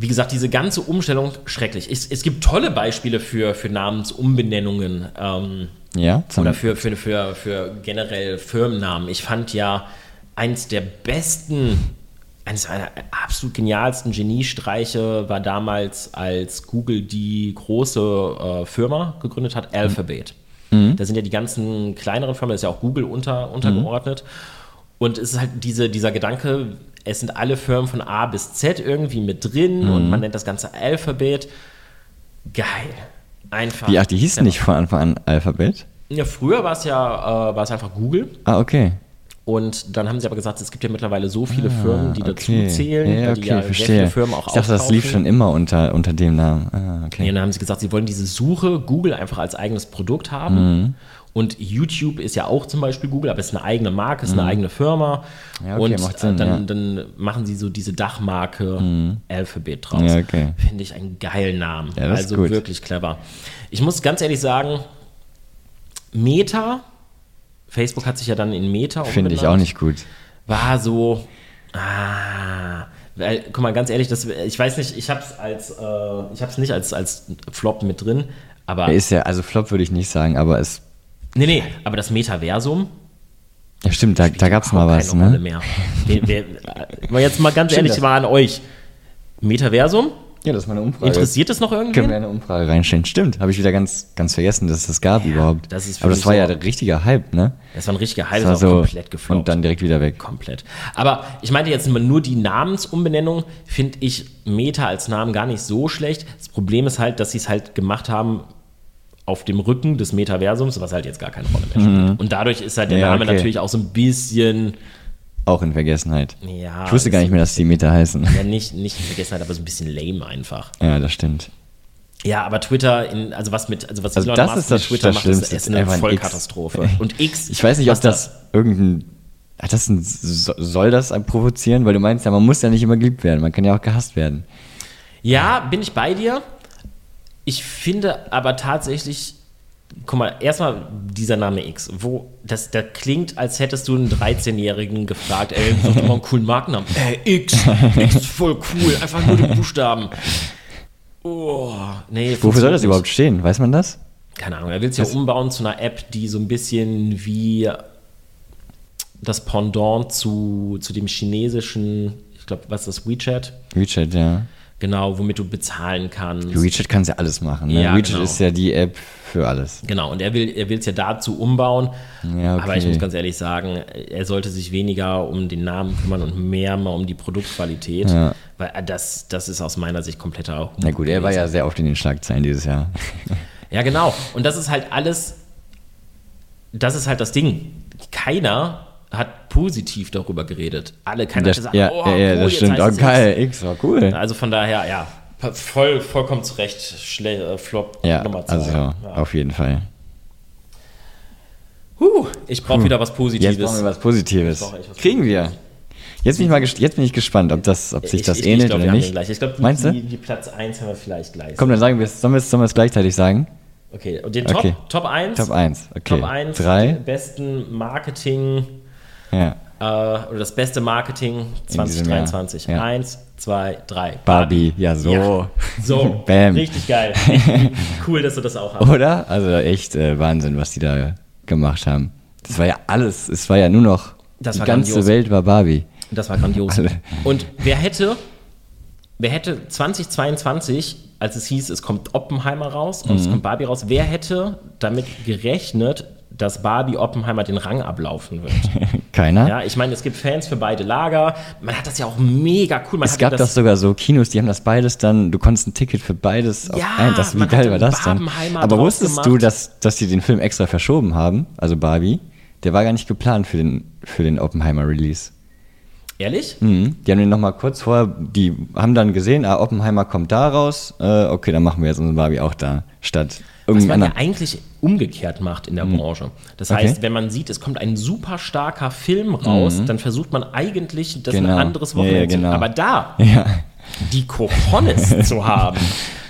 Speaker 2: Wie gesagt, diese ganze Umstellung schrecklich. Es, es gibt tolle Beispiele für, für Namensumbenennungen. Ähm,
Speaker 1: Ja, zum
Speaker 2: oder für, für, für, für generell Firmennamen. Ich fand ja eins der besten, eines der absolut genialsten Geniestreiche war damals, als Google die große äh, Firma gegründet hat,
Speaker 1: Mhm.
Speaker 2: Alphabet. Da sind ja die ganzen kleineren Firmen, da ist ja auch Google unter, untergeordnet.
Speaker 1: Mhm.
Speaker 2: Und es ist halt diese, dieser Gedanke, es sind alle Firmen von A bis Z irgendwie mit drin
Speaker 1: Mhm.
Speaker 2: und man nennt das ganze Alphabet. Geil. Einfach.
Speaker 1: Die, ach, die hießen
Speaker 2: Ja.
Speaker 1: nicht von Anfang an Alphabet?
Speaker 2: Ja, früher war es ja äh, war es einfach Google
Speaker 1: Ah, okay.
Speaker 2: und dann haben sie aber gesagt, es gibt ja mittlerweile so viele Firmen, die
Speaker 1: Ah, okay.
Speaker 2: dazu zählen,
Speaker 1: Ja,
Speaker 2: weil
Speaker 1: ja,
Speaker 2: die
Speaker 1: okay,
Speaker 2: ja
Speaker 1: verstehe.
Speaker 2: sehr viele Firmen auch
Speaker 1: ich dachte, das
Speaker 2: austauschen.
Speaker 1: lief schon immer unter, unter dem Namen. Ah,
Speaker 2: Ja,
Speaker 1: okay.
Speaker 2: und dann haben sie gesagt, sie wollen diese Suche Google einfach als eigenes Produkt haben.
Speaker 1: Mhm.
Speaker 2: Und YouTube ist ja auch zum Beispiel Google, aber es ist eine eigene Marke, es ist eine eigene Firma.
Speaker 1: Mhm. Ja, okay,
Speaker 2: und
Speaker 1: macht Sinn,
Speaker 2: äh, dann,
Speaker 1: ja. Mhm.
Speaker 2: dann machen sie so diese Dachmarke Alphabet draus.
Speaker 1: Ja, okay.
Speaker 2: Finde ich einen geilen Namen.
Speaker 1: Ja, das ist
Speaker 2: also
Speaker 1: gut.
Speaker 2: wirklich clever. Ich muss ganz ehrlich sagen, Meta, Facebook hat sich ja dann in Meta
Speaker 1: Finde ich
Speaker 2: umbenannt
Speaker 1: auch nicht gut.
Speaker 2: war so, ah, weil, guck mal, ganz ehrlich, das, ich weiß nicht, ich hab's als, äh, ich hab's nicht als, als Flop mit drin, aber,
Speaker 1: Er ist ja, also Flop würde ich nicht sagen, aber es.
Speaker 2: nee, nee, aber das Metaversum,
Speaker 1: Ja, stimmt, da, da gab es mal
Speaker 2: überhaupt
Speaker 1: was,
Speaker 2: keine Rolle
Speaker 1: ne?
Speaker 2: mehr. Wir, wir, aber jetzt mal ganz
Speaker 1: Stimmt
Speaker 2: ehrlich,
Speaker 1: das.
Speaker 2: mal an euch. Metaversum,
Speaker 1: Ja, das ist mal eine Umfrage.
Speaker 2: interessiert es noch
Speaker 1: Können wir
Speaker 2: irgendwen?
Speaker 1: eine Umfrage reinstellen? Stimmt, habe ich wieder ganz, ganz vergessen, dass es das gab überhaupt.
Speaker 2: das ist für
Speaker 1: aber das
Speaker 2: mich
Speaker 1: war
Speaker 2: so-
Speaker 1: ja der richtige Hype, ne?
Speaker 2: Das war ein richtiger
Speaker 1: Das
Speaker 2: Hype,
Speaker 1: war
Speaker 2: das war
Speaker 1: so
Speaker 2: komplett gefloppt.
Speaker 1: und dann direkt wieder weg.
Speaker 2: komplett. Aber ich meinte jetzt immer nur die Namensumbenennung, finde ich Meta als Namen gar nicht so schlecht. Das Problem ist halt, dass sie es halt gemacht haben auf dem Rücken des Metaversums, was halt jetzt gar keine Rolle mehr spielt. Und dadurch ist halt der
Speaker 1: Mhm. Ja,
Speaker 2: Name
Speaker 1: okay.
Speaker 2: natürlich auch so ein bisschen,
Speaker 1: Auch in Vergessenheit.
Speaker 2: ja, also
Speaker 1: ich wusste gar nicht mehr, dass die Meter heißen.
Speaker 2: ja nicht, nicht vergessen halt, aber so ein bisschen lame einfach.
Speaker 1: Ja, das stimmt.
Speaker 2: Ja, aber Twitter, in, also was mit, also was
Speaker 1: Also
Speaker 2: Elon
Speaker 1: das
Speaker 2: Musk
Speaker 1: ist das-
Speaker 2: mit Twitter
Speaker 1: das
Speaker 2: macht, ist,
Speaker 1: Schlimmste,
Speaker 2: ist eine
Speaker 1: einfach ein X.
Speaker 2: Vollkatastrophe. Und X,
Speaker 1: Ich weiß nicht,
Speaker 2: was
Speaker 1: ob das, irgendein. Hat das ein, so- soll das ein provozieren? Weil du meinst ja, man muss ja nicht immer geliebt werden, man kann ja auch gehasst werden.
Speaker 2: Ja, bin ich bei dir. Ich finde aber tatsächlich, guck mal, erstmal dieser Name X. Wo, das, das klingt, als hättest du einen 13-Jährigen gefragt, ey, such doch mal einen coolen Markennamen. Ey, Äh, X, X ist voll cool, einfach nur die Buchstaben. Oh, nee.
Speaker 1: Wofür soll das
Speaker 2: funktioniert
Speaker 1: überhaupt stehen? Weiß man das?
Speaker 2: nicht. Keine Ahnung, er will es ja umbauen zu einer App, die so ein bisschen wie das Pendant zu, zu dem chinesischen, ich glaube, was ist das, WeChat?
Speaker 1: WeChat, ja.
Speaker 2: Genau, womit du bezahlen kannst.
Speaker 1: WeChat kannst ja alles machen. Ne?
Speaker 2: Ja,
Speaker 1: WeChat
Speaker 2: genau.
Speaker 1: ist ja die App für alles.
Speaker 2: Genau, und er will er will es ja dazu umbauen.
Speaker 1: Ja, okay.
Speaker 2: Aber ich muss ganz ehrlich sagen, er sollte sich weniger um den Namen kümmern und mehr mal um die Produktqualität.
Speaker 1: Ja.
Speaker 2: Weil äh, das, das ist aus meiner Sicht kompletter Humbug
Speaker 1: Na gut, er war
Speaker 2: gewesen.
Speaker 1: ja sehr oft in den Schlagzeilen dieses Jahr.
Speaker 2: Ja, genau. Und das ist halt alles, das ist halt das Ding. Keiner hat positiv darüber geredet. Alle, keiner
Speaker 1: Das,
Speaker 2: hat gesagt,
Speaker 1: ja,
Speaker 2: oh,
Speaker 1: ja, ja,
Speaker 2: cool,
Speaker 1: das
Speaker 2: jetzt
Speaker 1: stimmt.
Speaker 2: heißt
Speaker 1: Oh,
Speaker 2: es
Speaker 1: geil, X war cool.
Speaker 2: jetzt. Also von daher, ja, voll, vollkommen zu Recht, Schle äh, Flop
Speaker 1: ja,
Speaker 2: Nummer zwei.
Speaker 1: also
Speaker 2: ja.
Speaker 1: auf jeden Fall.
Speaker 2: Huh, ich brauche wieder was Positives.
Speaker 1: Jetzt brauchen wir was Positives.
Speaker 2: brauche echt was
Speaker 1: Kriegen wir. Jetzt bin, ich mal ges- jetzt bin ich gespannt, ob, das, ob sich
Speaker 2: Ich-
Speaker 1: das
Speaker 2: ich-
Speaker 1: ähnelt
Speaker 2: ich glaub, wir
Speaker 1: oder
Speaker 2: haben
Speaker 1: nicht.
Speaker 2: den Gleich. Ich glaube,
Speaker 1: Meinst du?
Speaker 2: die, die Platz 1 haben wir vielleicht gleich.
Speaker 1: Komm, dann sagen wir es. Sollen wir es- sollen wir es gleichzeitig sagen?
Speaker 2: Okay, und den Top,
Speaker 1: Okay.
Speaker 2: Top 1?
Speaker 1: Top 1. Okay.
Speaker 2: Top 1,
Speaker 1: Drei.
Speaker 2: die besten Marketing,
Speaker 1: Ja.
Speaker 2: äh, oder das beste Marketing
Speaker 1: diesem Jahr.
Speaker 2: 2023.
Speaker 1: Ja.
Speaker 2: Eins, zwei, drei.
Speaker 1: Barbie. Ja, so.
Speaker 2: Ja. So,
Speaker 1: Bam.
Speaker 2: richtig geil. cool, dass du das auch hast.
Speaker 1: Oder? Also echt äh, Wahnsinn, was die da gemacht haben. Das war ja alles. Es war ja nur noch.
Speaker 2: Das
Speaker 1: die
Speaker 2: war
Speaker 1: ganze
Speaker 2: grandios.
Speaker 1: Welt war Barbie.
Speaker 2: Das war grandios.
Speaker 1: Alle.
Speaker 2: Und wer hätte, wer hätte 2022, als es hieß, es kommt Oppenheimer raus und
Speaker 1: Mhm.
Speaker 2: es kommt Barbie raus, wer hätte damit gerechnet, dass Barbie Oppenheimer den Rang ablaufen wird?
Speaker 1: Keiner?
Speaker 2: Ja, ich meine, es gibt Fans für beide Lager. Man hat das ja auch mega cool. Man
Speaker 1: Es gab das sogar so Kinos, die haben das beides dann, du konntest ein Ticket für beides auf
Speaker 2: Ja,
Speaker 1: ein. Das, wie
Speaker 2: man
Speaker 1: geil
Speaker 2: hat
Speaker 1: war
Speaker 2: dann
Speaker 1: das dann?
Speaker 2: Barbenheimer
Speaker 1: Aber
Speaker 2: draus
Speaker 1: wusstest
Speaker 2: gemacht.
Speaker 1: du, dass, dass die den Film extra verschoben haben, also Barbie? Der war gar nicht geplant für den, für den Oppenheimer-Release.
Speaker 2: Ehrlich?
Speaker 1: Mhm. Die haben den nochmal kurz vorher, die haben dann gesehen, ah, Oppenheimer kommt da raus, äh, okay, dann machen wir jetzt unseren Barbie auch da, statt
Speaker 2: Was
Speaker 1: irgendeinem
Speaker 2: man ja
Speaker 1: anderen.
Speaker 2: eigentlich umgekehrt macht in der Branche. Das
Speaker 1: Hm. Okay. Hm.
Speaker 2: heißt, wenn man sieht, es kommt ein super starker Film raus, dann versucht man eigentlich, das
Speaker 1: Genau.
Speaker 2: ein anderes
Speaker 1: Ja, ja,
Speaker 2: Wochenende zu
Speaker 1: genau.
Speaker 2: Aber da
Speaker 1: Ja,
Speaker 2: die Kochonis zu haben,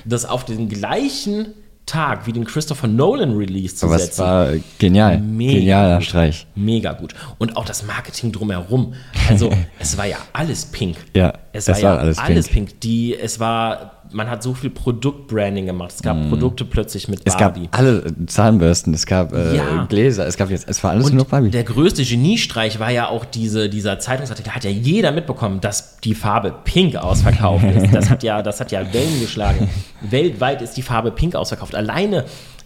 Speaker 2: das auf den gleichen Tag wie den Christopher Nolan Release zu
Speaker 1: aber es
Speaker 2: setzen.
Speaker 1: war genial,
Speaker 2: Mega
Speaker 1: genialer
Speaker 2: gut.
Speaker 1: Streich.
Speaker 2: Mega gut. Und auch das Marketing drumherum. Also, es war ja alles pink.
Speaker 1: Ja,
Speaker 2: es war,
Speaker 1: es
Speaker 2: ja alles, pink. Die, es war, man hat so viel Produktbranding gemacht. Es gab Produkte plötzlich mit
Speaker 1: Mm. Es gab
Speaker 2: Barbie.
Speaker 1: alle Zahnbürsten, es gab äh,
Speaker 2: Ja.
Speaker 1: Gläser, es gab jetzt, es war alles nur noch Barbie.
Speaker 2: Und der größte Geniestreich war ja auch diese, dieser Zeitungsartikel, da hat ja jeder mitbekommen, dass die Farbe Pink ausverkauft ist. Das hat ja, das hat ja Wellen geschlagen. Weltweit ist die Farbe Pink ausverkauft. Alleine,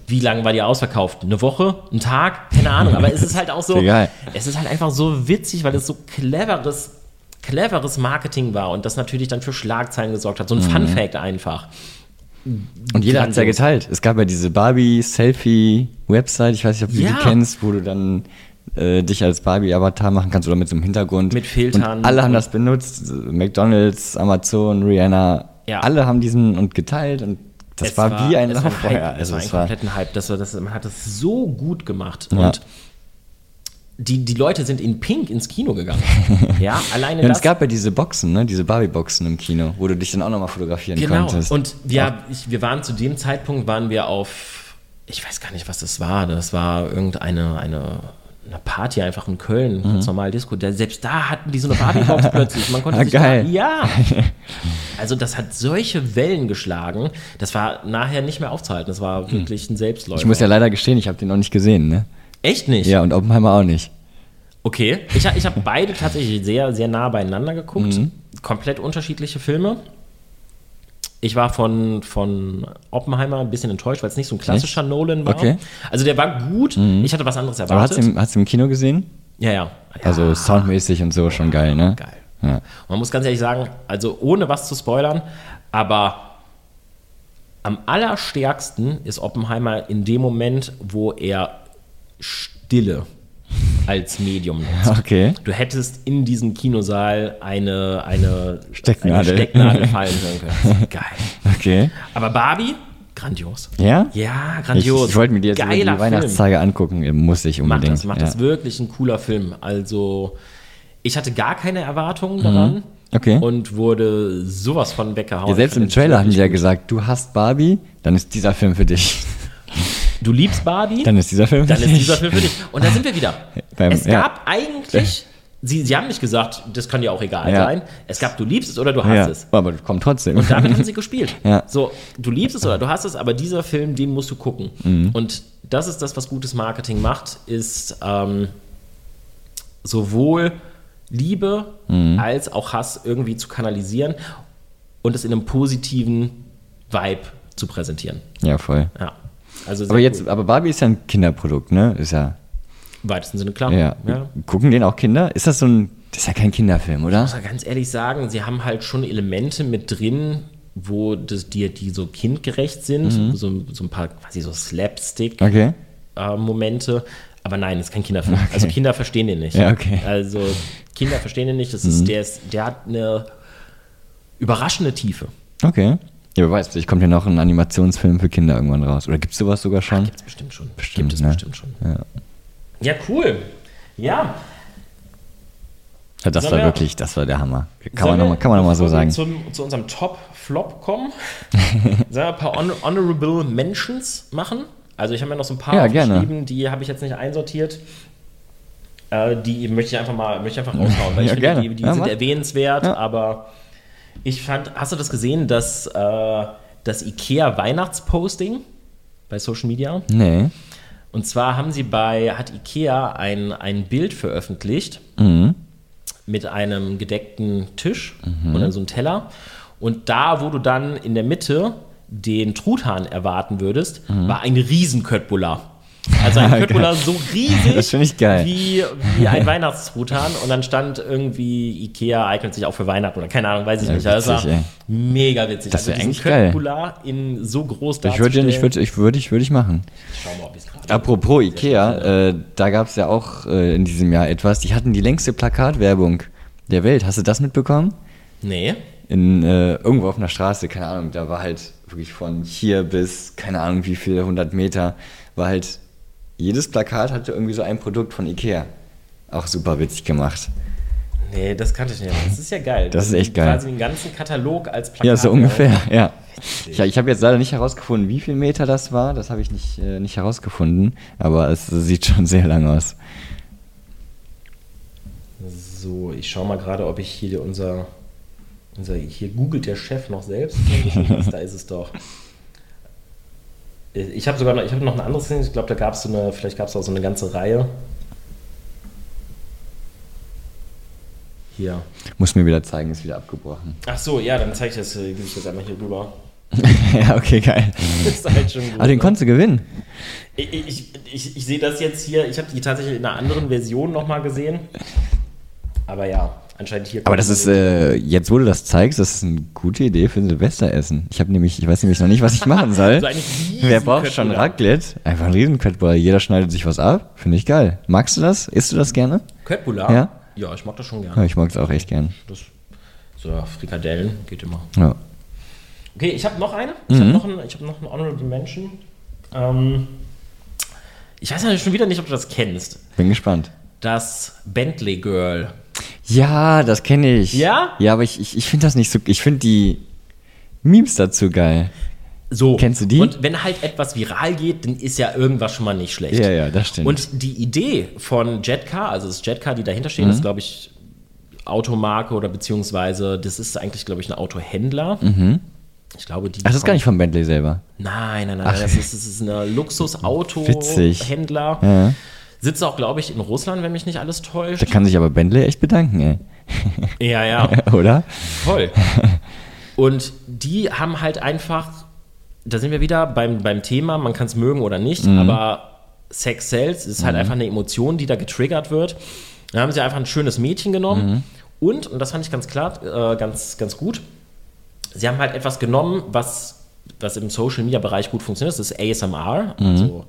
Speaker 2: wie lange war die ausverkauft? Eine Woche? Ein Tag? Keine Ahnung. Aber es ist halt auch so,
Speaker 1: Egal.
Speaker 2: es ist halt einfach so witzig, weil es so cleveres, cleveres Marketing war und das natürlich dann für Schlagzeilen gesorgt hat. So ein
Speaker 1: Mhm.
Speaker 2: Fun Fact einfach.
Speaker 1: Und jeder hat es ja
Speaker 2: Grandios.
Speaker 1: geteilt. Es gab ja diese Barbie-Selfie-Website, ich weiß nicht, ob du
Speaker 2: Ja.
Speaker 1: die kennst, wo du dann äh, dich als Barbie-Avatar machen kannst oder mit so einem Hintergrund.
Speaker 2: Mit Filtern.
Speaker 1: Und alle haben das benutzt. McDonalds, Amazon, Rihanna.
Speaker 2: Ja.
Speaker 1: Alle haben diesen und geteilt und das war, wie ein
Speaker 2: es
Speaker 1: Lauffeuer.
Speaker 2: Hype,
Speaker 1: also
Speaker 2: es war ein
Speaker 1: es war,
Speaker 2: kompletten Hype. Das war, das, man hat das so gut gemacht.
Speaker 1: Ja.
Speaker 2: Und die, die Leute sind in Pink ins Kino gegangen. ja, alleine
Speaker 1: und
Speaker 2: das.
Speaker 1: es gab ja diese Boxen, ne? diese Barbie-Boxen im Kino, wo du dich dann auch nochmal fotografieren
Speaker 2: genau.
Speaker 1: konntest.
Speaker 2: Und ja, ich, wir waren zu dem Zeitpunkt, waren wir auf, ich weiß gar nicht, was das war. Das war irgendeine eine, eine Party einfach in Köln,
Speaker 1: Mhm.
Speaker 2: ganz normal Disco. Da, selbst da hatten die so eine Barbie-Box plötzlich. Man konnte
Speaker 1: Ah,
Speaker 2: sich
Speaker 1: geil.
Speaker 2: Da, ja. Also das hat solche Wellen geschlagen. Das war nachher nicht mehr aufzuhalten. Das war wirklich ein Selbstläufer.
Speaker 1: Hm. ich muss ja leider gestehen, ich habe den noch nicht gesehen. Ne?
Speaker 2: Echt nicht?
Speaker 1: Ja, und Oppenheimer auch nicht.
Speaker 2: Okay. Ich, ha- ich habe beide tatsächlich sehr, sehr nah beieinander geguckt.
Speaker 1: Mhm.
Speaker 2: Komplett unterschiedliche Filme. Ich war von, von Oppenheimer ein bisschen enttäuscht, weil es nicht so ein klassischer Nolan war.
Speaker 1: Okay. Mhm.
Speaker 2: Also der war gut. Ich hatte was anderes
Speaker 1: Aber hast
Speaker 2: erwartet.
Speaker 1: du ihn hast du ihn im Kino gesehen?
Speaker 2: ja, ja. ja.
Speaker 1: Also soundmäßig und so schon geil, ne?
Speaker 2: Geil.
Speaker 1: Ja.
Speaker 2: Man muss ganz ehrlich sagen, also ohne was zu spoilern, aber am allerstärksten ist Oppenheimer in dem Moment, wo er Stille als Medium nutzt.
Speaker 1: Okay.
Speaker 2: Du hättest in diesem Kinosaal eine, eine, eine
Speaker 1: Stecknadel.
Speaker 2: Stecknadel fallen hören können. Geil.
Speaker 1: Okay.
Speaker 2: Aber Barbie, grandios.
Speaker 1: Ja?
Speaker 2: Ja,
Speaker 1: Ich,
Speaker 2: grandios.
Speaker 1: ich wollte mir die jetzt über
Speaker 2: Geiler
Speaker 1: die
Speaker 2: Film.
Speaker 1: Weihnachtstage angucken, äh, muss ich
Speaker 2: Macht
Speaker 1: unbedingt.
Speaker 2: das, macht
Speaker 1: ja.
Speaker 2: das wirklich ein cooler Film. Also, ich hatte gar keine Erwartungen daran
Speaker 1: Mhm. Okay.
Speaker 2: und wurde sowas von weggehauen.
Speaker 1: ja, selbst
Speaker 2: Ich fand
Speaker 1: im
Speaker 2: den
Speaker 1: Trailer haben die ja
Speaker 2: wirklich
Speaker 1: gesagt, du hast Barbie, dann ist dieser Film für dich.
Speaker 2: gut. du liebst Barbie,
Speaker 1: Dann ist dieser Film
Speaker 2: dann
Speaker 1: für
Speaker 2: ist
Speaker 1: dich.
Speaker 2: dieser Film für dich. Und da sind wir wieder.
Speaker 1: Beim-
Speaker 2: es
Speaker 1: ja.
Speaker 2: gab eigentlich, sie, sie haben nicht gesagt, das kann dir auch egal
Speaker 1: Ja.
Speaker 2: sein. Es gab, du liebst es oder du
Speaker 1: Ja,
Speaker 2: hast es.
Speaker 1: aber kommt trotzdem.
Speaker 2: Und damit haben sie gespielt.
Speaker 1: Mhm. Ja.
Speaker 2: So, du liebst es oder du hast es, aber dieser Film, den musst du gucken.
Speaker 1: Mhm.
Speaker 2: Und das ist das, was gutes Marketing macht, ist ähm, sowohl Liebe
Speaker 1: Mhm.
Speaker 2: als auch Hass irgendwie zu kanalisieren und es in einem positiven Vibe zu präsentieren.
Speaker 1: ja, voll.
Speaker 2: Ja. Also sehr
Speaker 1: Aber jetzt,
Speaker 2: cool.
Speaker 1: aber Barbie ist ja ein Kinderprodukt, ne? Ist ja,
Speaker 2: im weitesten Sinne klar.
Speaker 1: ja.
Speaker 2: Ja.
Speaker 1: Gucken den auch Kinder? Ist das so ein, das ist ja kein Kinderfilm, oder?
Speaker 2: muss ja ganz ehrlich sagen, sie haben halt schon Elemente mit drin, wo das, die, die so kindgerecht sind, so, so ein paar quasi so Slapstick.
Speaker 1: Mhm. Okay.
Speaker 2: äh, Momente. Aber nein, das ist kein Kinderfilm.
Speaker 1: Okay.
Speaker 2: Also Kinder verstehen den nicht.
Speaker 1: Ja, okay. Mhm.
Speaker 2: Also Kinder verstehen den nicht. Das ist, der, ist, der hat eine überraschende Tiefe.
Speaker 1: Okay. Ja, wer weiß, vielleicht kommt ja noch ein Animationsfilm für Kinder irgendwann raus. Oder gibt's sowas sogar schon?
Speaker 2: Gibt es bestimmt schon.
Speaker 1: Mhm. Bestimmt,
Speaker 2: Gibt es
Speaker 1: ne?
Speaker 2: bestimmt schon.
Speaker 1: Ja.
Speaker 2: Ja, cool. Ja.
Speaker 1: Ja, das
Speaker 2: Sollen
Speaker 1: war
Speaker 2: wir-
Speaker 1: wirklich, das war der Hammer. Kann
Speaker 2: Sollen
Speaker 1: man, noch
Speaker 2: wir,
Speaker 1: mal, kann man noch mal so
Speaker 2: bevor wir
Speaker 1: sagen.
Speaker 2: Zum, zu unserem Top-Flop kommen. Sollen wir ein paar hon Honorable Mentions machen? Also ich habe mir noch so ein paar
Speaker 1: Ja, gerne.
Speaker 2: aufgeschrieben, die habe ich jetzt nicht einsortiert. Äh, die möchte ich einfach mal möchte ich einfach raushauen, weil ich
Speaker 1: Ja,
Speaker 2: finde,
Speaker 1: gerne.
Speaker 2: die, die
Speaker 1: Ja,
Speaker 2: sind
Speaker 1: mach.
Speaker 2: erwähnenswert,
Speaker 1: Ja.
Speaker 2: aber ich fand, hast du das gesehen, dass äh, das IKEA Weihnachtsposting bei Social Media?
Speaker 1: Nee.
Speaker 2: Und zwar haben sie bei, hat IKEA ein, ein Bild veröffentlicht
Speaker 1: Mhm.
Speaker 2: mit einem gedeckten Tisch und dann so einem Teller. Und da, wo du dann in der Mitte den Truthahn erwarten würdest, war ein Riesenköttbullar. Also ein
Speaker 1: Mhm. Ah, Geil.
Speaker 2: Köttbullar so riesig
Speaker 1: Das finde ich geil.
Speaker 2: Wie, wie ein Weihnachtstruthahn. Und dann stand irgendwie, Ikea eignet sich auch für Weihnachten oder keine Ahnung, weiß ich
Speaker 1: Ja,
Speaker 2: nicht. Also das
Speaker 1: witzig,
Speaker 2: war
Speaker 1: ey.
Speaker 2: mega witzig.
Speaker 1: Das
Speaker 2: Also
Speaker 1: wär
Speaker 2: diesen
Speaker 1: eigentlich geil.
Speaker 2: Köttbullar in so groß
Speaker 1: Ich würde, den- ich würde, ich würde, ich würde ich machen.
Speaker 2: Schau mal, ob ich's gerade-
Speaker 1: Apropos Ikea, äh, da gab es ja auch äh, in diesem Jahr etwas. Die hatten die längste Plakatwerbung der Welt. Hast du das mitbekommen?
Speaker 2: Nee.
Speaker 1: In, äh, irgendwo auf einer Straße, keine Ahnung, da war halt wirklich von hier bis keine Ahnung wie viele hundert Meter, war halt jedes Plakat hatte irgendwie so ein Produkt von Ikea. Auch super witzig gemacht.
Speaker 2: Nee, das kannte ich nicht. Das ist ja geil.
Speaker 1: Das ist echt
Speaker 2: Quasi den ganzen Katalog als Plakat.
Speaker 1: Ja, so ungefähr, ja. Ich, ich habe jetzt leider nicht herausgefunden, wie viel Meter das war. Das habe ich nicht, äh, nicht herausgefunden. Aber es sieht schon sehr lang aus.
Speaker 2: So, ich schaue mal gerade, ob ich hier unser, unser. Hier googelt der Chef noch selbst. da ist es doch. Ich habe sogar noch, ich hab noch ein anderes gesehen. Ich glaube, da gab es so eine. Vielleicht gab es auch so eine ganze Reihe. Hier.
Speaker 1: Muss mir wieder zeigen, ist wieder abgebrochen.
Speaker 2: Ach so, ja, dann zeige ich das, äh, gebe ich das einmal hier rüber.
Speaker 1: ja, okay, geil.
Speaker 2: Das ist halt schon gut.
Speaker 1: Aber Ah, den
Speaker 2: ne?
Speaker 1: konntest du gewinnen.
Speaker 2: Ich, ich, ich, ich sehe das jetzt hier, ich habe die tatsächlich in einer anderen Version nochmal gesehen. Aber ja, anscheinend hier.
Speaker 1: Aber das ist, äh, jetzt wo du das zeigst, das ist eine gute Idee für ein Silvesteressen. Ich habe nämlich, ich weiß nämlich noch nicht, was ich machen soll.
Speaker 2: So eine riesen
Speaker 1: Wer braucht schon
Speaker 2: Köttbullar.
Speaker 1: Raclette? Einfach ein Riesenköttbullar. Jeder schneidet sich was ab. Finde ich geil. Magst du das? Isst du das gerne?
Speaker 2: Köttbullar?
Speaker 1: Ja.
Speaker 2: Ja, ich mag das schon
Speaker 1: Ja,
Speaker 2: gerne.
Speaker 1: ich mag es auch echt gern.
Speaker 2: Das, so Frikadellen geht immer.
Speaker 1: Ja.
Speaker 2: Okay, ich habe noch eine. Ich
Speaker 1: Mhm.
Speaker 2: habe noch, einen- ich hab noch einen Honorable Mention. Ähm, ich weiß ja schon wieder nicht, ob du das kennst.
Speaker 1: Bin gespannt.
Speaker 2: Das Bentley Girl.
Speaker 1: Ja, das kenne ich.
Speaker 2: Ja?
Speaker 1: Ja, aber ich, ich, ich finde das nicht so. Ich finde die Memes dazu geil.
Speaker 2: So.
Speaker 1: Kennst du die?
Speaker 2: Und wenn halt etwas viral geht, dann ist ja irgendwas schon mal nicht schlecht.
Speaker 1: Ja, ja, das stimmt.
Speaker 2: Und die Idee von Jetcar, also das Jetcar, die dahinter stehen,
Speaker 1: Mhm.
Speaker 2: ist, glaube ich, Automarke oder beziehungsweise, das ist eigentlich, glaube ich, ein Autohändler. Ich glaube, die.
Speaker 1: Mhm. Ach, das ist gar nicht von Bentley selber.
Speaker 2: Nein, nein, nein. Das ist, das ist ein
Speaker 1: Witzig.
Speaker 2: Luxusautohändler.
Speaker 1: Ja.
Speaker 2: Sitzt auch, glaube ich, in Russland, wenn mich nicht alles täuscht.
Speaker 1: Da kann sich aber Bentley echt bedanken, ey.
Speaker 2: Ja, ja.
Speaker 1: Oder?
Speaker 2: Voll. Und die haben halt einfach, da sind wir wieder beim, beim Thema, man kann es mögen oder nicht,
Speaker 1: Mhm.
Speaker 2: aber Sex Sales ist halt einfach eine Emotion, die da getriggert wird. Da haben sie einfach ein schönes Mädchen
Speaker 1: Mhm.
Speaker 2: genommen und, und das fand ich ganz klar, äh, ganz, ganz gut, sie haben halt etwas genommen, was, was im Social Media Bereich gut funktioniert, das ist ASMR,
Speaker 1: Mhm.
Speaker 2: also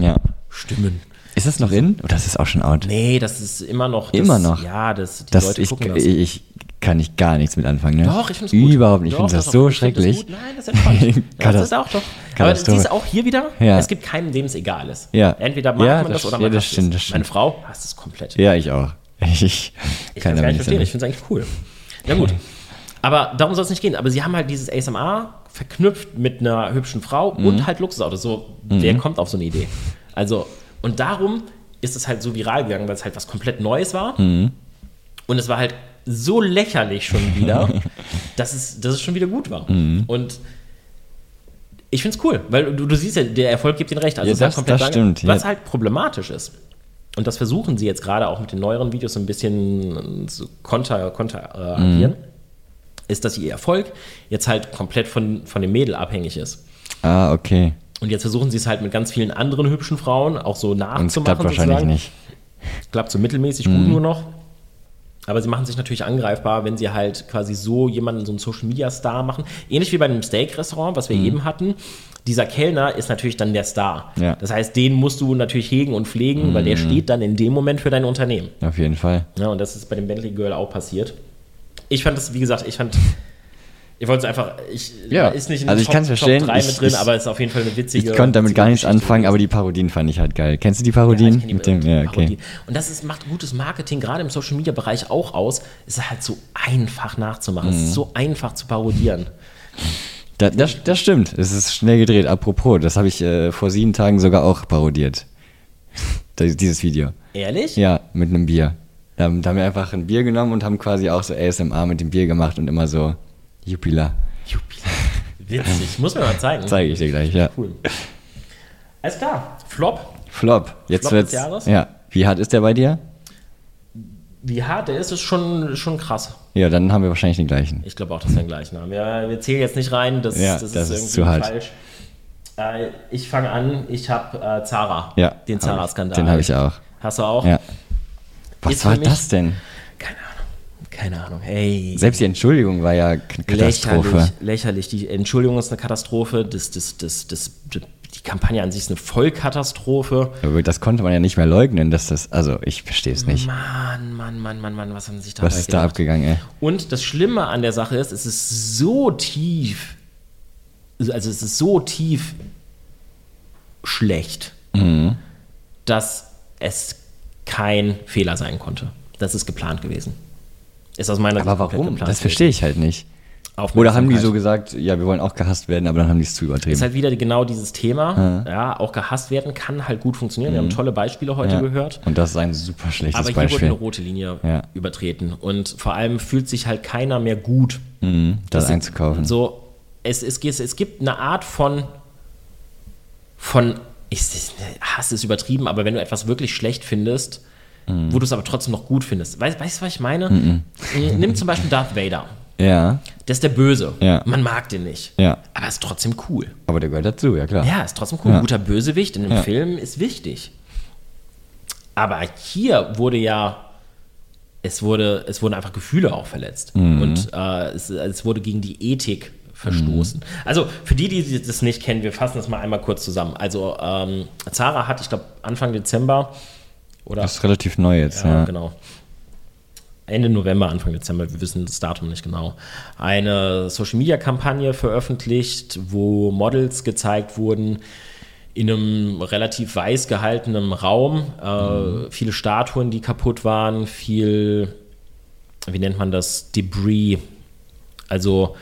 Speaker 1: Ja.
Speaker 2: Stimmen.
Speaker 1: Ist das noch in? Oder ist das auch schon out?
Speaker 2: Nee, das ist immer noch. Das,
Speaker 1: Immer noch?
Speaker 2: Ja, das, die
Speaker 1: das,
Speaker 2: Leute
Speaker 1: ich,
Speaker 2: gucken das.
Speaker 1: ich, ich kann ich gar nichts mit anfangen, ne?
Speaker 2: Doch, ich finde es gut.
Speaker 1: Überhaupt nicht. Ich
Speaker 2: Doch,
Speaker 1: finde das
Speaker 2: doch,
Speaker 1: so
Speaker 2: doch, ich find das
Speaker 1: schrecklich.
Speaker 2: gut. Nein, das ist entspannt. Ja, das
Speaker 1: Katast-
Speaker 2: ist auch doch. Aber
Speaker 1: Katastrophe.
Speaker 2: siehst auch hier wieder,
Speaker 1: Ja.
Speaker 2: es gibt keinen, dem es egal ist.
Speaker 1: Ja.
Speaker 2: Entweder mag
Speaker 1: Ja,
Speaker 2: man das,
Speaker 1: das-
Speaker 2: oder
Speaker 1: ja,
Speaker 2: man
Speaker 1: das
Speaker 2: hasst
Speaker 1: stimmt, das
Speaker 2: es. Meine
Speaker 1: stimmt.
Speaker 2: Frau hasst es komplett.
Speaker 1: Ja, ich auch. Ich, ich
Speaker 2: ich kann
Speaker 1: kann
Speaker 2: es gar
Speaker 1: damit
Speaker 2: nicht
Speaker 1: nichts
Speaker 2: verstehen. Ich
Speaker 1: anfangen.
Speaker 2: finde es eigentlich cool. Na gut. Aber darum soll es nicht gehen. Aber sie haben halt dieses ASMR verknüpft mit einer hübschen Frau
Speaker 1: Mhm.
Speaker 2: und halt Luxusautos. So, wer kommt auf so eine Idee? Also, und darum ist es halt so viral gegangen, weil es halt was komplett Neues war. Und es war halt so lächerlich schon wieder, dass, es, dass es schon wieder gut war.
Speaker 1: Mhm.
Speaker 2: Und ich finde es cool, weil du, du siehst ja, der Erfolg gibt ihnen recht. Also
Speaker 1: Ja,
Speaker 2: es war
Speaker 1: das-
Speaker 2: komplett
Speaker 1: das
Speaker 2: lang-
Speaker 1: stimmt,
Speaker 2: Was
Speaker 1: ja.
Speaker 2: halt problematisch ist. Und das versuchen sie jetzt gerade auch mit den neueren Videos so ein bisschen zu konter, konter äh, agieren,
Speaker 1: Mhm.
Speaker 2: ist, dass ihr Erfolg jetzt halt komplett von, von dem Mädel abhängig ist.
Speaker 1: Ah, okay.
Speaker 2: Und jetzt versuchen sie es halt mit ganz vielen anderen hübschen Frauen auch so nachzumachen.
Speaker 1: Und es klappt wahrscheinlich
Speaker 2: sozusagen.
Speaker 1: nicht.
Speaker 2: Klappt so mittelmäßig
Speaker 1: Mhm.
Speaker 2: gut nur noch. Aber sie machen sich natürlich angreifbar, wenn sie halt quasi so jemanden, so einen Social Media Star machen. Ähnlich wie bei einem Steak-Restaurant, was wir
Speaker 1: Mhm.
Speaker 2: eben hatten. Dieser Kellner ist natürlich dann der Star.
Speaker 1: Ja. Mhm.
Speaker 2: Das heißt, den musst du natürlich hegen und pflegen, weil der steht dann in dem Moment für dein Unternehmen.
Speaker 1: Auf jeden Fall.
Speaker 2: Ja, und das ist bei dem Bentley Girl auch passiert. Ich fand das, wie gesagt, ich fand. Ich wollte es einfach. Ich,
Speaker 1: Ja,
Speaker 2: Ist nicht in
Speaker 1: also ich kann's verstehen.
Speaker 2: Top 3
Speaker 1: Ich-
Speaker 2: mit drin,
Speaker 1: ich-
Speaker 2: aber es ist auf jeden Fall eine
Speaker 1: Ich
Speaker 2: witzige.
Speaker 1: konnte damit
Speaker 2: witzige
Speaker 1: gar nichts
Speaker 2: Geschichte
Speaker 1: anfangen, aber die Parodien fand ich halt geil. Kennst du die Parodien?
Speaker 2: Ja, ich
Speaker 1: Mit
Speaker 2: kenn
Speaker 1: dem,
Speaker 2: die
Speaker 1: ja,
Speaker 2: Parodien.
Speaker 1: okay.
Speaker 2: Parodien. Und das ist, macht gutes Marketing gerade im Social Media Bereich auch aus. Es ist halt so einfach nachzumachen. Es
Speaker 1: Mhm.
Speaker 2: ist so einfach zu parodieren.
Speaker 1: Da, das, das stimmt. Es ist schnell gedreht. Apropos, das habe ich äh, vor sieben Tagen sogar auch parodiert. Das- Dieses Video.
Speaker 2: Ehrlich?
Speaker 1: Ja, mit einem Bier. Da, haben- da haben wir einfach ein Bier genommen und haben quasi auch so ASMR mit dem Bier gemacht und immer so Jupila.
Speaker 2: Jubiläum. Witzig. Muss mir mal zeigen.
Speaker 1: Zeige ich dir gleich, ja.
Speaker 2: Cool. Alles klar. Flop.
Speaker 1: Flop. Jetzt
Speaker 2: Flop des
Speaker 1: wird's.
Speaker 2: Jahres?
Speaker 1: Ja. Wie hart ist der bei dir?
Speaker 2: Wie hart der ist, ist schon, schon krass.
Speaker 1: Ja, dann haben wir wahrscheinlich den gleichen.
Speaker 2: Ich glaube auch, dass wir den gleichen haben. Wir, wir zählen jetzt nicht rein, das,
Speaker 1: Ja,
Speaker 2: das,
Speaker 1: das
Speaker 2: ist,
Speaker 1: ist zu
Speaker 2: irgendwie
Speaker 1: hart.
Speaker 2: falsch. Äh, ich fange an, ich habe äh, Zara,
Speaker 1: Ja,
Speaker 2: den
Speaker 1: hab
Speaker 2: Zara-Skandal.
Speaker 1: ich. Den habe ich auch.
Speaker 2: Hast du auch?
Speaker 1: Ja. Was
Speaker 2: Ist für
Speaker 1: war
Speaker 2: mich-
Speaker 1: das denn?
Speaker 2: Keine Ahnung. Keine Ahnung. Ey.
Speaker 1: Selbst die Entschuldigung war ja K- Katastrophe.
Speaker 2: Lächerlich, lächerlich. Die Entschuldigung ist eine Katastrophe. Das, das, das, das, die Kampagne an sich ist eine Vollkatastrophe.
Speaker 1: Aber das konnte man ja nicht mehr leugnen, dass das. Also, ich verstehe
Speaker 2: Mhm.
Speaker 1: es nicht.
Speaker 2: Mann, Mann, Mann, Mann, Mann, was haben sie sich dabei
Speaker 1: Was ist da
Speaker 2: gedacht?
Speaker 1: abgegangen, ey?
Speaker 2: Und das Schlimme an der Sache ist, es ist so tief, also es ist so tief schlecht,
Speaker 1: Mhm.
Speaker 2: dass es kein Fehler sein konnte. Das ist geplant gewesen. Ist aus meiner
Speaker 1: Aber
Speaker 2: Sicht komplett
Speaker 1: warum?
Speaker 2: geplant
Speaker 1: Das verstehe ich halt nicht.
Speaker 2: gewesen.
Speaker 1: Oder haben die so
Speaker 2: Aufmerksamkeit.
Speaker 1: gesagt, ja, wir wollen auch gehasst werden, aber dann haben die es zu übertrieben.
Speaker 2: ist halt wieder genau dieses Thema. Ja, auch gehasst werden kann halt gut funktionieren. Wir haben tolle Beispiele heute
Speaker 1: Mhm. ja.
Speaker 2: gehört.
Speaker 1: Und das ist ein super schlechtes
Speaker 2: Aber hier wurde
Speaker 1: Beispiel.
Speaker 2: eine rote Linie
Speaker 1: Ja.
Speaker 2: übertreten. Und vor allem fühlt sich halt keiner mehr gut,
Speaker 1: das einzukaufen.
Speaker 2: So, es, es, es, es gibt eine Art von, von ich, ich- Hass ist übertrieben, aber wenn du etwas wirklich schlecht findest,
Speaker 1: Mhm.
Speaker 2: wo du es aber trotzdem noch gut findest. Weißt weißt du, was ich meine? Äh, Nimm zum Beispiel Darth Vader.
Speaker 1: Ja,
Speaker 2: Der ist der Böse.
Speaker 1: Ja.
Speaker 2: Man mag den nicht.
Speaker 1: Ja.
Speaker 2: Aber ist trotzdem cool.
Speaker 1: aber der gehört dazu, ja klar.
Speaker 2: Ja, ist trotzdem cool.
Speaker 1: Ja.
Speaker 2: Ein guter Bösewicht in einem
Speaker 1: Ja.
Speaker 2: Film ist wichtig. Aber hier wurde ja, es, wurde, es wurden einfach Gefühle auch verletzt.
Speaker 1: Mhm.
Speaker 2: Und äh, es, es wurde gegen die Ethik verstoßen.
Speaker 1: Mhm.
Speaker 2: Also für die, die das nicht kennen, wir fassen das mal einmal kurz zusammen. Also ähm, Zara hat, ich glaube, Anfang Dezember oder
Speaker 1: Das ist relativ neu jetzt,
Speaker 2: ja,
Speaker 1: ja.
Speaker 2: genau. Ende November, Anfang Dezember, wir wissen das Datum nicht genau, eine Social-Media-Kampagne veröffentlicht, wo Models gezeigt wurden in einem relativ weiß gehaltenen Raum. Äh, Viele Statuen, die kaputt waren, viel, wie nennt man das, Debris. Also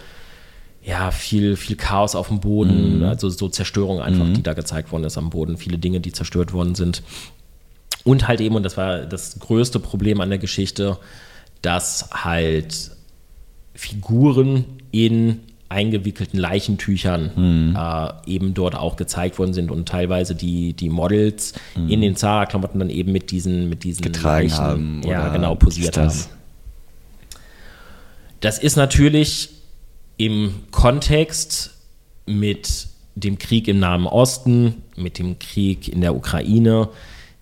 Speaker 2: ja, viel, viel Chaos auf dem
Speaker 1: Mhm.
Speaker 2: Boden, also so Zerstörung einfach, die da gezeigt worden ist am Boden, viele Dinge, die zerstört worden sind. Und halt eben, und das war das größte Problem an der Geschichte, dass halt Figuren in eingewickelten Leichentüchern
Speaker 1: Mhm.
Speaker 2: äh, eben dort auch gezeigt worden sind und teilweise die, die Models in den Zara-Klamotten dann eben mit diesen, mit diesen
Speaker 1: Mhm. Getragen haben
Speaker 2: ja,
Speaker 1: oder
Speaker 2: genau, posiert
Speaker 1: dies, das.
Speaker 2: haben. Das ist natürlich im Kontext mit dem Krieg im Nahen Osten, mit dem Krieg in der Ukraine,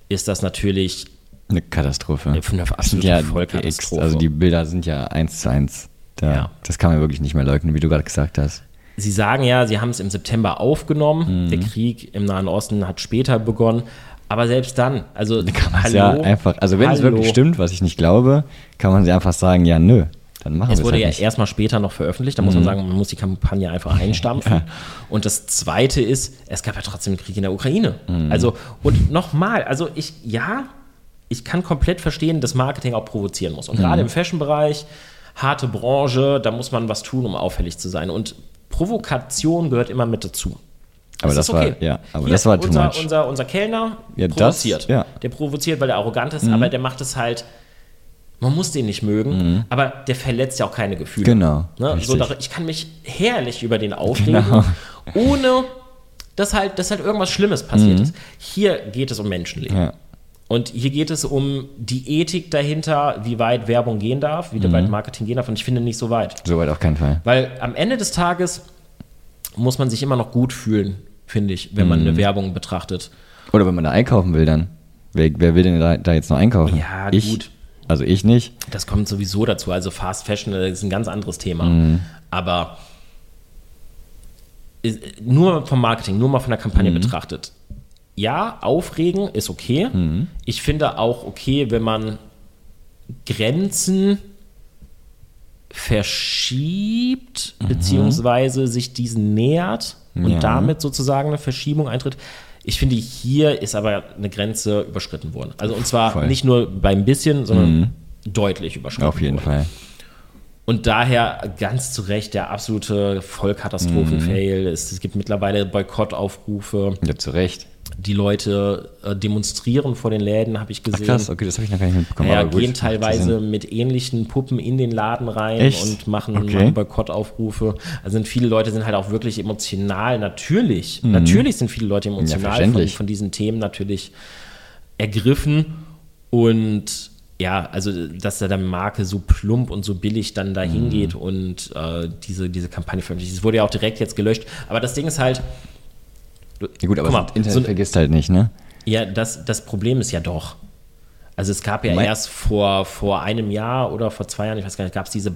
Speaker 2: ist das natürlich
Speaker 1: Eine Katastrophe.
Speaker 2: Eine absolute
Speaker 1: Das sind ja
Speaker 2: Vollkatastrophe.
Speaker 1: X, Also die Bilder sind ja eins zu eins. Da,
Speaker 2: Ja.
Speaker 1: Das kann man wirklich nicht mehr leugnen, wie du gerade gesagt hast.
Speaker 2: Sie sagen ja, sie haben es im September aufgenommen.
Speaker 1: Mhm.
Speaker 2: Der Krieg im Nahen Osten hat später begonnen. Aber selbst dann, also kann
Speaker 1: Das ist ja einfach, also wenn es wirklich stimmt, was ich nicht glaube, kann man sie einfach sagen, ja nö, dann machen wir
Speaker 2: Es
Speaker 1: es
Speaker 2: wurde
Speaker 1: halt
Speaker 2: ja
Speaker 1: nicht.
Speaker 2: erstmal später noch veröffentlicht. Da muss man sagen, man muss die Kampagne einfach einstampfen. Und das Zweite ist, es gab ja trotzdem einen Krieg in der Ukraine. Also, und nochmal, also ich, ja, ich kann komplett verstehen, dass Marketing auch provozieren muss. Und gerade im Fashion-Bereich harte Branche, da muss man was tun, um auffällig zu sein. Und Provokation gehört immer mit dazu.
Speaker 1: Aber das,
Speaker 2: ist okay.
Speaker 1: war, ja, aber
Speaker 2: Hier
Speaker 1: das war too
Speaker 2: unser,
Speaker 1: much.
Speaker 2: Unser, unser Kellner
Speaker 1: Ja, das,
Speaker 2: provoziert.
Speaker 1: ja. Mhm.
Speaker 2: Der provoziert, weil er arrogant ist, aber der macht es halt. Man muss den nicht mögen, aber der verletzt ja auch keine Gefühle.
Speaker 1: Mhm. Genau,
Speaker 2: Ne? So,
Speaker 1: richtig. Genau.
Speaker 2: dar- ich kann mich herrlich über den aufregen, ohne dass halt, dass halt irgendwas Schlimmes passiert ist. Hier geht es um Menschenleben.
Speaker 1: Mhm. Ja.
Speaker 2: Und hier geht es um die Ethik dahinter, wie weit Werbung gehen darf, wie
Speaker 1: Mhm.
Speaker 2: weit Marketing gehen darf. Und ich finde nicht so weit.
Speaker 1: Soweit auf keinen Fall.
Speaker 2: Weil am Ende des Tages muss man sich immer noch gut fühlen, finde ich, wenn man eine Werbung betrachtet.
Speaker 1: Oder wenn man da einkaufen will, dann. Wer, wer will denn da, da jetzt noch einkaufen?
Speaker 2: Ja,
Speaker 1: ich,
Speaker 2: gut.
Speaker 1: Also ich nicht.
Speaker 2: Das kommt sowieso dazu. Also Fast Fashion das ist ein ganz anderes Thema. Aber ist- nur vom Marketing, nur mal von der Kampagne betrachtet. Ja, aufregen ist okay. Ich finde auch okay, wenn man Grenzen verschiebt, beziehungsweise sich diesen nähert und
Speaker 1: Ja.
Speaker 2: damit sozusagen eine Verschiebung eintritt. Ich finde, hier ist aber eine Grenze überschritten worden. Also und zwar
Speaker 1: Voll. Mhm.
Speaker 2: nicht nur beim bisschen, sondern deutlich überschritten.
Speaker 1: Auf jeden
Speaker 2: worden.
Speaker 1: Fall.
Speaker 2: Und daher ganz zu Recht der absolute
Speaker 1: Mhm.
Speaker 2: Vollkatastrophen-Fail. Es, es gibt mittlerweile Boykottaufrufe.
Speaker 1: Ja, zu Recht.
Speaker 2: Die Leute äh, demonstrieren vor den Läden, habe ich
Speaker 1: Ach
Speaker 2: gesehen.
Speaker 1: krass, okay, das habe ich noch gar nicht mitbekommen.
Speaker 2: Ja,
Speaker 1: aber gut,
Speaker 2: gehen
Speaker 1: macht
Speaker 2: teilweise
Speaker 1: Sinn.
Speaker 2: mit ähnlichen Puppen in den Laden rein
Speaker 1: Echt?
Speaker 2: und machen,
Speaker 1: Okay.
Speaker 2: machen Boykottaufrufe. Also sind viele Leute sind halt auch wirklich emotional. Natürlich, natürlich sind viele Leute emotional von,
Speaker 1: Mhm. verständlich.
Speaker 2: von diesen Themen natürlich ergriffen und ja, also dass da der Marke so plump und so billig dann
Speaker 1: Mhm.
Speaker 2: da hingeht und äh, diese, diese Kampagne veröffentlicht. Es wurde ja auch direkt jetzt gelöscht. Aber das Ding ist halt,
Speaker 1: Ja gut, aber
Speaker 2: Guck mal,
Speaker 1: das Internet
Speaker 2: so-
Speaker 1: vergisst halt nicht, ne?
Speaker 2: ja, das, das Problem ist ja doch. Also es gab ja
Speaker 1: Mein-
Speaker 2: erst vor, vor einem Jahr oder vor zwei Jahren, ich weiß gar nicht, gab es diese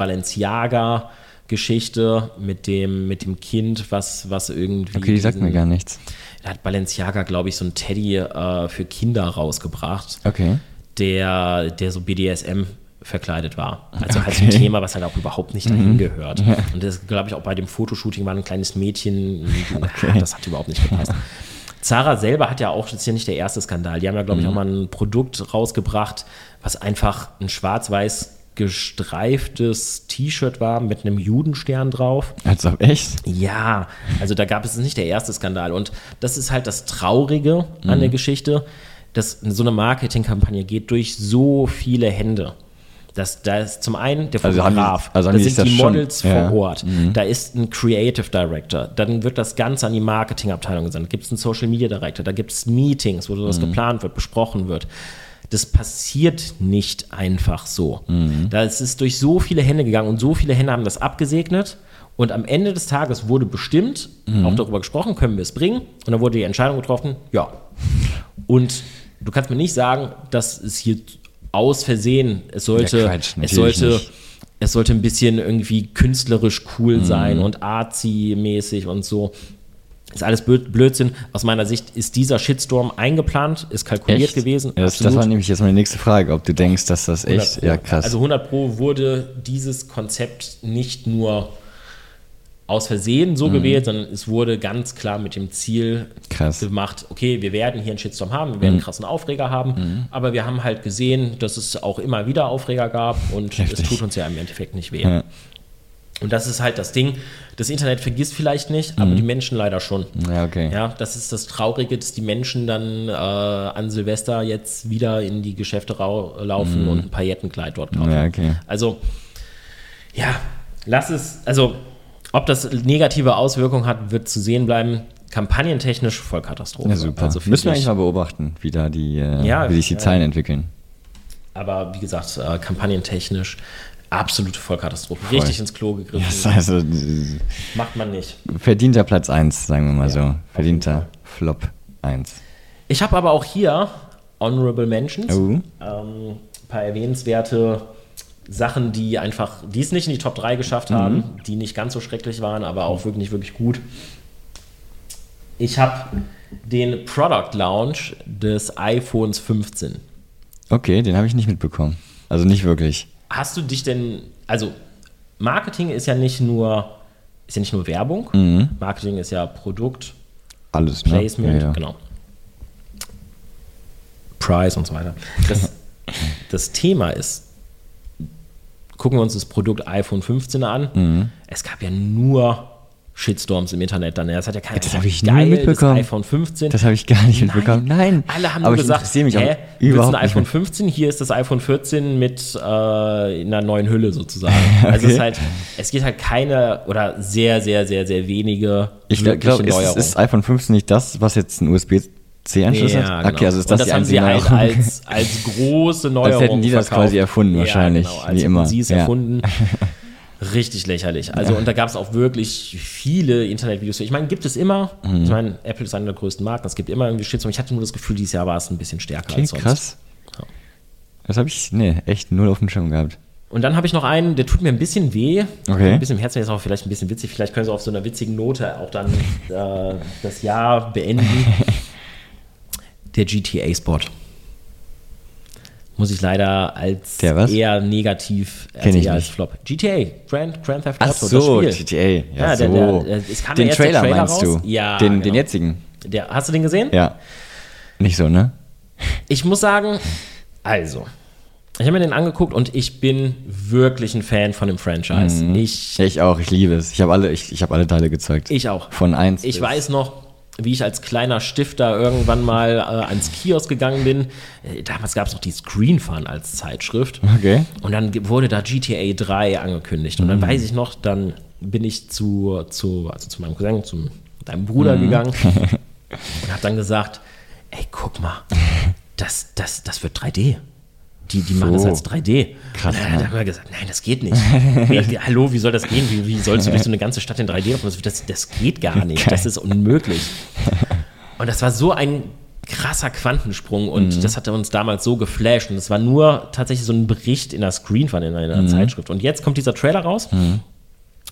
Speaker 2: Balenciaga-Geschichte mit dem, mit dem Kind, was, was irgendwie.
Speaker 1: Okay, die sagt mir gar nichts.
Speaker 2: Da hat Balenciaga, glaube ich, so einen Teddy äh, für Kinder rausgebracht,
Speaker 1: Okay.
Speaker 2: der, der so BDSM verkleidet war. Also halt so ein Thema, was halt auch überhaupt nicht dahin gehört. Und das, glaube ich, auch bei dem Fotoshooting war ein kleines Mädchen, Ah, das hat überhaupt nicht gepasst. Zara selber hat ja auch, das ist ja nicht der erste Skandal, die haben ja, glaube ich, auch mal ein Produkt rausgebracht, was einfach ein schwarz-weiß gestreiftes T-Shirt war mit einem Judenstern drauf.
Speaker 1: Als ob echt?
Speaker 2: Ja, also da gab es nicht der erste Skandal. Und das ist halt das Traurige an
Speaker 1: Mhm.
Speaker 2: der Geschichte, dass so eine Marketingkampagne geht durch so viele Hände. Das, da ist zum einen der
Speaker 1: Also haben die-
Speaker 2: Fotograf,
Speaker 1: also haben
Speaker 2: da
Speaker 1: die
Speaker 2: sind
Speaker 1: sich
Speaker 2: die
Speaker 1: das schon-
Speaker 2: Models
Speaker 1: ja.
Speaker 2: vor Ort, da ist ein Creative Director, dann wird das Ganze an die Marketingabteilung gesandt, da gibt es einen Social Media Director, da gibt es Meetings, wo sowas geplant wird, besprochen wird. Das passiert nicht einfach so. Das ist durch so viele Hände gegangen und so viele Hände haben das abgesegnet. Und am Ende des Tages wurde bestimmt, auch darüber gesprochen, können wir es bringen. Und dann wurde die Entscheidung getroffen, ja. Und du kannst mir nicht sagen, dass es hier aus Versehen, es sollte,
Speaker 1: Ja, Quatsch,
Speaker 2: es
Speaker 1: natürlich
Speaker 2: sollte
Speaker 1: nicht. Mhm.
Speaker 2: es sollte ein bisschen irgendwie künstlerisch cool sein und artsy-mäßig und so. Ist alles Blö- Blödsinn. Aus meiner Sicht ist dieser Shitstorm eingeplant, ist kalkuliert
Speaker 1: Echt?
Speaker 2: gewesen.
Speaker 1: Ja, das, das war nämlich jetzt meine nächste Frage, ob du denkst, dass das
Speaker 2: 100
Speaker 1: echt.
Speaker 2: Pro.
Speaker 1: Ja, krass.
Speaker 2: Also 100 Pro wurde dieses Konzept nicht nur aus Versehen
Speaker 1: Mhm.
Speaker 2: so gewählt, sondern es wurde ganz klar mit dem Ziel
Speaker 1: Krass. Mhm.
Speaker 2: gemacht, okay, wir werden hier einen Shitstorm haben, wir werden einen krassen Aufreger haben, aber wir haben halt gesehen, dass es auch immer wieder Aufreger gab und es
Speaker 1: Heftig.
Speaker 2: tut uns ja im Endeffekt nicht weh.
Speaker 1: Ja.
Speaker 2: Und das ist halt das Ding, das Internet vergisst vielleicht nicht, aber die Menschen leider schon.
Speaker 1: Mhm. ja, okay.
Speaker 2: Ja, das ist das Traurige, dass die Menschen dann äh, an Silvester jetzt wieder in die Geschäfte rau- laufen und ein Paillettenkleid dort kaufen.
Speaker 1: Mhm. Ja, okay.
Speaker 2: Also, ja, lass es, also, ob das negative Auswirkungen hat, wird zu sehen bleiben. Kampagnentechnisch Vollkatastrophe.
Speaker 1: Ja, super.
Speaker 2: Also,
Speaker 1: Müssen wir
Speaker 2: finde ich-
Speaker 1: eigentlich mal beobachten, wie da die, äh,
Speaker 2: Ja,
Speaker 1: wie sich die
Speaker 2: ja.
Speaker 1: Zahlen entwickeln.
Speaker 2: aber wie gesagt, äh, kampagnentechnisch absolute Vollkatastrophe. Richtig ins Klo gegriffen.
Speaker 1: Das ist also äh,
Speaker 2: Macht man nicht.
Speaker 1: verdienter Platz 1, sagen wir mal so.
Speaker 2: jeden
Speaker 1: Verdienter Flop 1.
Speaker 2: Ich habe aber auch hier Honorable Mentions.
Speaker 1: Oh.
Speaker 2: ähm, ein paar erwähnenswerte Sachen, die einfach, die es nicht in die Top 3 geschafft haben, die nicht ganz so schrecklich waren, aber auch wirklich, wirklich gut. Ich habe den Product Launch des iPhones 15.
Speaker 1: Okay, den habe ich nicht mitbekommen. Also nicht wirklich.
Speaker 2: Hast du dich denn, also Marketing ist ja nicht nur, ist ja nicht nur Werbung, Marketing ist ja Produkt,
Speaker 1: Alles, ne?
Speaker 2: Placement,
Speaker 1: Ja, ja.
Speaker 2: genau. Price und so weiter. Das, das Thema ist gucken wir uns das Produkt iPhone 15 an.
Speaker 1: Mhm.
Speaker 2: Es gab ja nur Shitstorms im Internet dann. Das hat ja keiner
Speaker 1: Das
Speaker 2: gesagt,
Speaker 1: habe ich nie
Speaker 2: geil,
Speaker 1: mitbekommen.
Speaker 2: Das iPhone 15.
Speaker 1: Das habe ich gar nicht mitbekommen. Nein.
Speaker 2: Alle haben
Speaker 1: Aber
Speaker 2: nur
Speaker 1: ich
Speaker 2: gesagt,
Speaker 1: interessiere mich auch
Speaker 2: hä, du willst
Speaker 1: überhaupt
Speaker 2: ein iPhone
Speaker 1: nicht
Speaker 2: 15? Hier ist das iPhone 14 mit äh, einer neuen Hülle sozusagen. Also
Speaker 1: Okay.
Speaker 2: es, ist halt, es geht halt keine oder sehr, sehr, sehr, sehr wenige
Speaker 1: Ich
Speaker 2: wirkliche
Speaker 1: glaube, ist, ist iPhone 15 nicht das, was jetzt einen USB-C-Anschluss
Speaker 2: Ja,
Speaker 1: hat?
Speaker 2: genau.
Speaker 1: Okay, also ist das,
Speaker 2: Und das
Speaker 1: die
Speaker 2: haben sie
Speaker 1: einzige
Speaker 2: halt
Speaker 1: Neuerung.
Speaker 2: als, als große Neuerung
Speaker 1: hätten die das
Speaker 2: verkauft.
Speaker 1: quasi erfunden wahrscheinlich,
Speaker 2: genau,
Speaker 1: wie immer.
Speaker 2: Sie es
Speaker 1: Ja.
Speaker 2: erfunden. Richtig lächerlich. Also und da gab es auch wirklich viele Internetvideos. Ich meine, gibt es immer.
Speaker 1: Mhm.
Speaker 2: Ich meine, Apple ist einer der größten Marken. Es gibt immer irgendwie Shitstorm. Ich hatte nur das Gefühl, dieses Jahr war es ein bisschen stärker
Speaker 1: Okay,
Speaker 2: als sonst.
Speaker 1: krass.
Speaker 2: Ja.
Speaker 1: Das habe ich, nee, echt null auf dem Schirm gehabt.
Speaker 2: Und dann habe ich noch einen, der tut mir ein bisschen weh.
Speaker 1: Okay.
Speaker 2: Ein bisschen im Herzen, der ist auch vielleicht ein bisschen witzig. Vielleicht können sie auf so einer witzigen Note auch dann äh, das Jahr beenden. Der GTA-Spot. Muss ich leider als
Speaker 1: Der was?
Speaker 2: eher negativ, als
Speaker 1: Kenn ich
Speaker 2: eher als
Speaker 1: nicht.
Speaker 2: Flop. GTA, Grand, Grand Theft Auto,
Speaker 1: Ach so,
Speaker 2: das Spiel.
Speaker 1: GTA. Ja,
Speaker 2: Ja, der-
Speaker 1: so.
Speaker 2: der- der- es kam
Speaker 1: den
Speaker 2: ja erst der
Speaker 1: Trailer,
Speaker 2: Trailer
Speaker 1: meinst
Speaker 2: raus.
Speaker 1: du?
Speaker 2: Ja,
Speaker 1: Den, den
Speaker 2: genau.
Speaker 1: jetzigen.
Speaker 2: Der, hast du den gesehen?
Speaker 1: Ja. Nicht so, ne?
Speaker 2: Ich muss sagen, also, ich habe mir den angeguckt und ich bin wirklich ein Fan von dem Franchise.
Speaker 1: Mhm.
Speaker 2: Ich,
Speaker 1: Ich auch, ich liebe es. Ich habe alle, ich, ich hab alle Teile gezeigt.
Speaker 2: ich auch.
Speaker 1: Von 1
Speaker 2: Ich
Speaker 1: bis-
Speaker 2: weiß noch, wie ich als kleiner Stifter irgendwann mal äh, ans Kiosk gegangen bin. Äh, Damals gab es noch die Screen Fun als Zeitschrift.
Speaker 1: Okay. Mhm.
Speaker 2: Und dann ge- wurde da GTA 3 angekündigt. Und dann weiß ich noch, dann bin ich zu, zu, also zu meinem Cousin, zu deinem
Speaker 1: Mhm.
Speaker 2: Bruder gegangen und habe dann gesagt, ey, guck mal, das, das, das wird 3D. Die, die machen das
Speaker 1: So.
Speaker 2: als 3D.
Speaker 1: Krass,
Speaker 2: und dann hat
Speaker 1: ja.
Speaker 2: er immer gesagt, nein, das geht nicht. Wie, hallo, wie soll das gehen? Wie, wie sollst du durch so eine ganze Stadt in 3D laufen? Das- Das, das geht gar nicht. Das ist unmöglich. Und das war so ein krasser Quantensprung und das hatte uns damals so geflasht und es war nur tatsächlich so ein Bericht in der Screen von in einer Zeitschrift und jetzt kommt dieser Trailer raus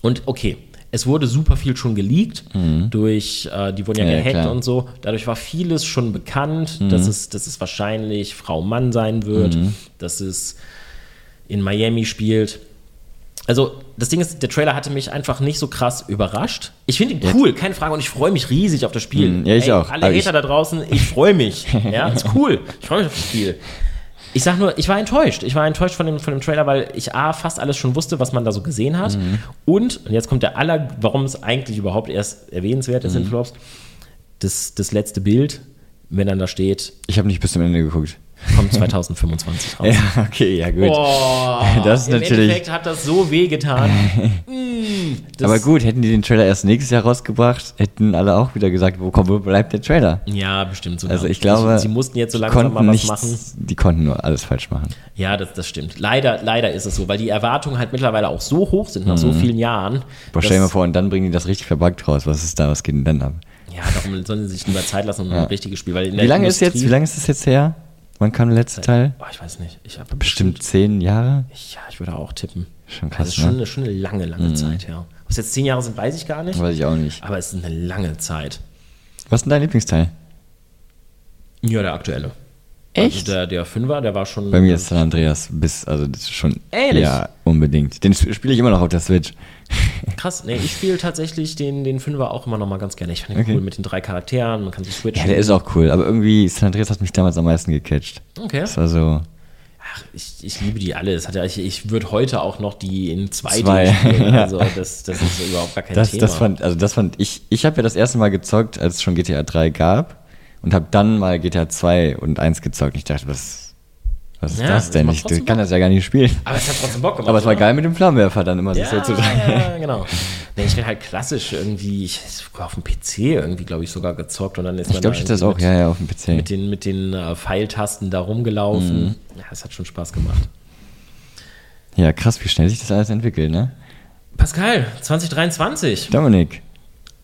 Speaker 2: und okay es wurde super viel schon geleakt durch äh, die wurden ja, Mhm.
Speaker 1: Ja, ja,
Speaker 2: gehackt
Speaker 1: klar.
Speaker 2: und so dadurch war vieles schon bekannt dass es dass es wahrscheinlich Frau Mann sein wird dass es in Miami spielt also das Ding ist, der Trailer hatte mich einfach nicht so krass überrascht. Ich finde ihn cool, keine Frage, und ich freue mich riesig auf das Spiel.
Speaker 1: Mm, ja, ich auch.
Speaker 2: Alle
Speaker 1: Aber
Speaker 2: Hater
Speaker 1: ich-
Speaker 2: da draußen, ich freue mich. ja, ist cool. Ich freue mich auf das Spiel. Ich sag nur, ich war enttäuscht. Ich war enttäuscht von dem, von dem Trailer, weil ich A, fast alles schon wusste, was man da so gesehen hat.
Speaker 1: Mhm.
Speaker 2: Und, und jetzt kommt der aller, warum es eigentlich überhaupt erst erwähnenswert
Speaker 1: Mhm.
Speaker 2: ist in Flops, das, das letzte Bild, wenn dann da steht,
Speaker 1: Ich habe nicht bis zum Ende geguckt.
Speaker 2: kommt 2025 raus.
Speaker 1: Ja, okay, ja, gut.
Speaker 2: Boah,
Speaker 1: Das ist
Speaker 2: Im
Speaker 1: natürlich-
Speaker 2: Endeffekt hat das so weh getan. Mm, das-
Speaker 1: Aber gut, hätten die den Trailer erst nächstes Jahr rausgebracht, hätten alle auch wieder gesagt, wo, kommt, wo bleibt der Trailer?
Speaker 2: Ja, bestimmt sogar.
Speaker 1: Also ich glaube,
Speaker 2: sie, sie mussten jetzt so
Speaker 1: die konnten
Speaker 2: langsam mal was
Speaker 1: nichts-
Speaker 2: machen.
Speaker 1: Die konnten nur alles falsch machen.
Speaker 2: Ja, das, das stimmt. Leider, leider ist es so, weil die Erwartungen halt mittlerweile auch so hoch sind nach so vielen Jahren.
Speaker 1: Mhm. Boah,
Speaker 2: dass-
Speaker 1: stell dir mal vor, und dann bringen die das richtig verbuggt raus. Was ist da, was geht denn dann ab?
Speaker 2: Ja, darum sollen sie sich lieber Zeit lassen und ein richtiges Spiel. Weil in der
Speaker 1: Wie lange ist jetzt,
Speaker 2: Industrie-
Speaker 1: wie lange ist das jetzt her? Wann kam der letzte Teil?
Speaker 2: Oh, ich weiß nicht. Ich hab,
Speaker 1: Bestimmt zehn Jahre?
Speaker 2: ja, ich würde auch tippen.
Speaker 1: Schon
Speaker 2: Das
Speaker 1: krass,
Speaker 2: ist schon,
Speaker 1: ne?
Speaker 2: eine- schon eine lange, lange Zeit, ja. Was jetzt zehn Jahre sind, weiß ich gar nicht.
Speaker 1: Weiß ich auch nicht.
Speaker 2: Aber es ist eine lange Zeit.
Speaker 1: Was ist denn dein Lieblingsteil?
Speaker 2: Ja, der aktuelle.
Speaker 1: Echt?
Speaker 2: Also der, der Fünfer, der war schon.
Speaker 1: Bei mir ist San Andreas bis, also das ist schon.
Speaker 2: Ehrlich?
Speaker 1: Ja, unbedingt. Den sp- spiele ich immer noch auf der Switch.
Speaker 2: Krass, nee, ich spiele tatsächlich den, den Fünfer auch immer noch mal ganz gerne. Ich fand den
Speaker 1: Okay.
Speaker 2: cool mit den drei Charakteren, man kann sich switchen.
Speaker 1: Ja, der ist auch cool, aber irgendwie San Andreas hat mich damals am meisten gecatcht.
Speaker 2: okay.
Speaker 1: Das war so.
Speaker 2: Ach, ich, ich liebe die alle. Das hat ja, ich ich würde heute auch noch die in 2D
Speaker 1: Zwei.
Speaker 2: spielen. Also das, das ist überhaupt gar kein
Speaker 1: Das,
Speaker 2: Thema.
Speaker 1: das fand, also das fand ich, ich habe ja das erste Mal gezockt, als es schon GTA 3 gab und habe dann mal GTA 2 und 1 gezockt. Ich dachte, was, was ist
Speaker 2: Ja,
Speaker 1: das
Speaker 2: das
Speaker 1: denn?
Speaker 2: macht
Speaker 1: Ich
Speaker 2: trotzdem
Speaker 1: kann das ja gar nicht spielen.
Speaker 2: aber es hat trotzdem Bock gemacht.
Speaker 1: Aber es war
Speaker 2: oder?
Speaker 1: geil mit dem Flammenwerfer dann immer
Speaker 2: Ja,
Speaker 1: sich so zu tragen.
Speaker 2: ja, genau. Nee, ich bin halt klassisch irgendwie, ich hab auf dem PC irgendwie, glaube ich, sogar gezockt und dann ist man
Speaker 1: Ich glaube,
Speaker 2: da
Speaker 1: ich hätte das
Speaker 2: irgendwie
Speaker 1: auch, ja, ja, Mhm. auf dem PC.
Speaker 2: mit den, mit den äh, Pfeiltasten da rumgelaufen. Ja, es hat schon Spaß gemacht.
Speaker 1: Ja, krass, wie schnell sich das alles entwickelt, ne?
Speaker 2: Pascal, 2023.
Speaker 1: Dominik,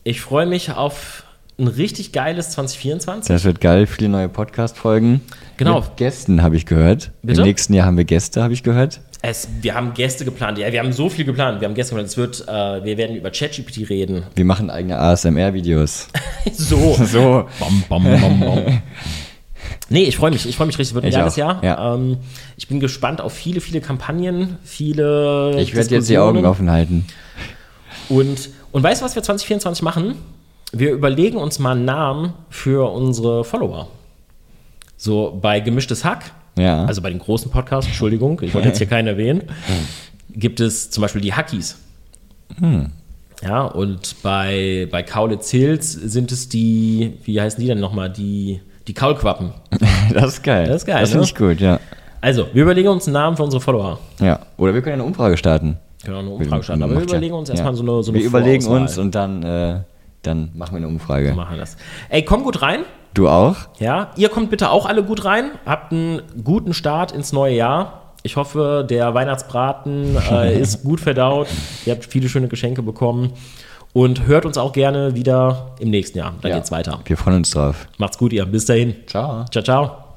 Speaker 2: Ich freue mich auf ein richtig geiles 2024.
Speaker 1: das wird geil. Viele neue Podcast-Folgen.
Speaker 2: Genau.
Speaker 1: Mit Gästen habe ich gehört.
Speaker 2: Bitte?
Speaker 1: Im nächsten Jahr haben wir Gäste, habe ich gehört.
Speaker 2: Es, wir haben Gäste geplant. Ja, wir haben so viel geplant. Wir haben Gäste geplant. Es wird, äh, wir werden über ChatGPT reden.
Speaker 1: Wir machen eigene ASMR-Videos.
Speaker 2: So.
Speaker 1: So.
Speaker 2: bam, bam, bam, bam. Nee, ich freue mich. Ich freue mich richtig. Wird ein
Speaker 1: Ich
Speaker 2: geiles
Speaker 1: auch.
Speaker 2: Jahr.
Speaker 1: Ja.
Speaker 2: Ähm, ich bin gespannt auf viele, viele Kampagnen, viele.
Speaker 1: Ich werde jetzt die Augen
Speaker 2: Diskussionen.
Speaker 1: offen halten.
Speaker 2: Und, und weißt du, was wir 2024 machen? Wir überlegen uns mal einen Namen für unsere Follower. So bei gemischtes Hack.
Speaker 1: Ja.
Speaker 2: Also bei den großen Podcasts, Entschuldigung, ich wollte jetzt hier keinen erwähnen. gibt es zum Beispiel die Hackies. Ja, und bei, bei Kaulitz Hills sind es die, wie heißen die denn nochmal, die, die Kaulquappen.
Speaker 1: Das ist geil.
Speaker 2: Das ist geil, ne?
Speaker 1: Das finde ich gut, ja.
Speaker 2: Also, wir überlegen uns einen Namen für unsere Follower.
Speaker 1: ja. Oder wir können eine Umfrage starten.
Speaker 2: Können auch eine Umfrage starten, aber wir
Speaker 1: Macht ja-
Speaker 2: überlegen uns erstmal so eine, so eine
Speaker 1: Wir überlegen uns
Speaker 2: Vorauswahl.
Speaker 1: und dann, äh, dann machen wir eine Umfrage.
Speaker 2: machen das. Ey, komm gut rein.
Speaker 1: Du auch?
Speaker 2: Ja, ihr kommt bitte auch alle gut rein. Habt einen guten Start ins neue Jahr. Ich hoffe, der Weihnachtsbraten äh, ist gut verdaut. Ihr habt viele schöne Geschenke bekommen. Und hört uns auch gerne wieder im nächsten Jahr. Dann
Speaker 1: Ja.
Speaker 2: geht's weiter.
Speaker 1: Wir freuen uns drauf.
Speaker 2: Macht's gut, ihr. Bis dahin.
Speaker 1: Ciao.
Speaker 2: Ciao, ciao.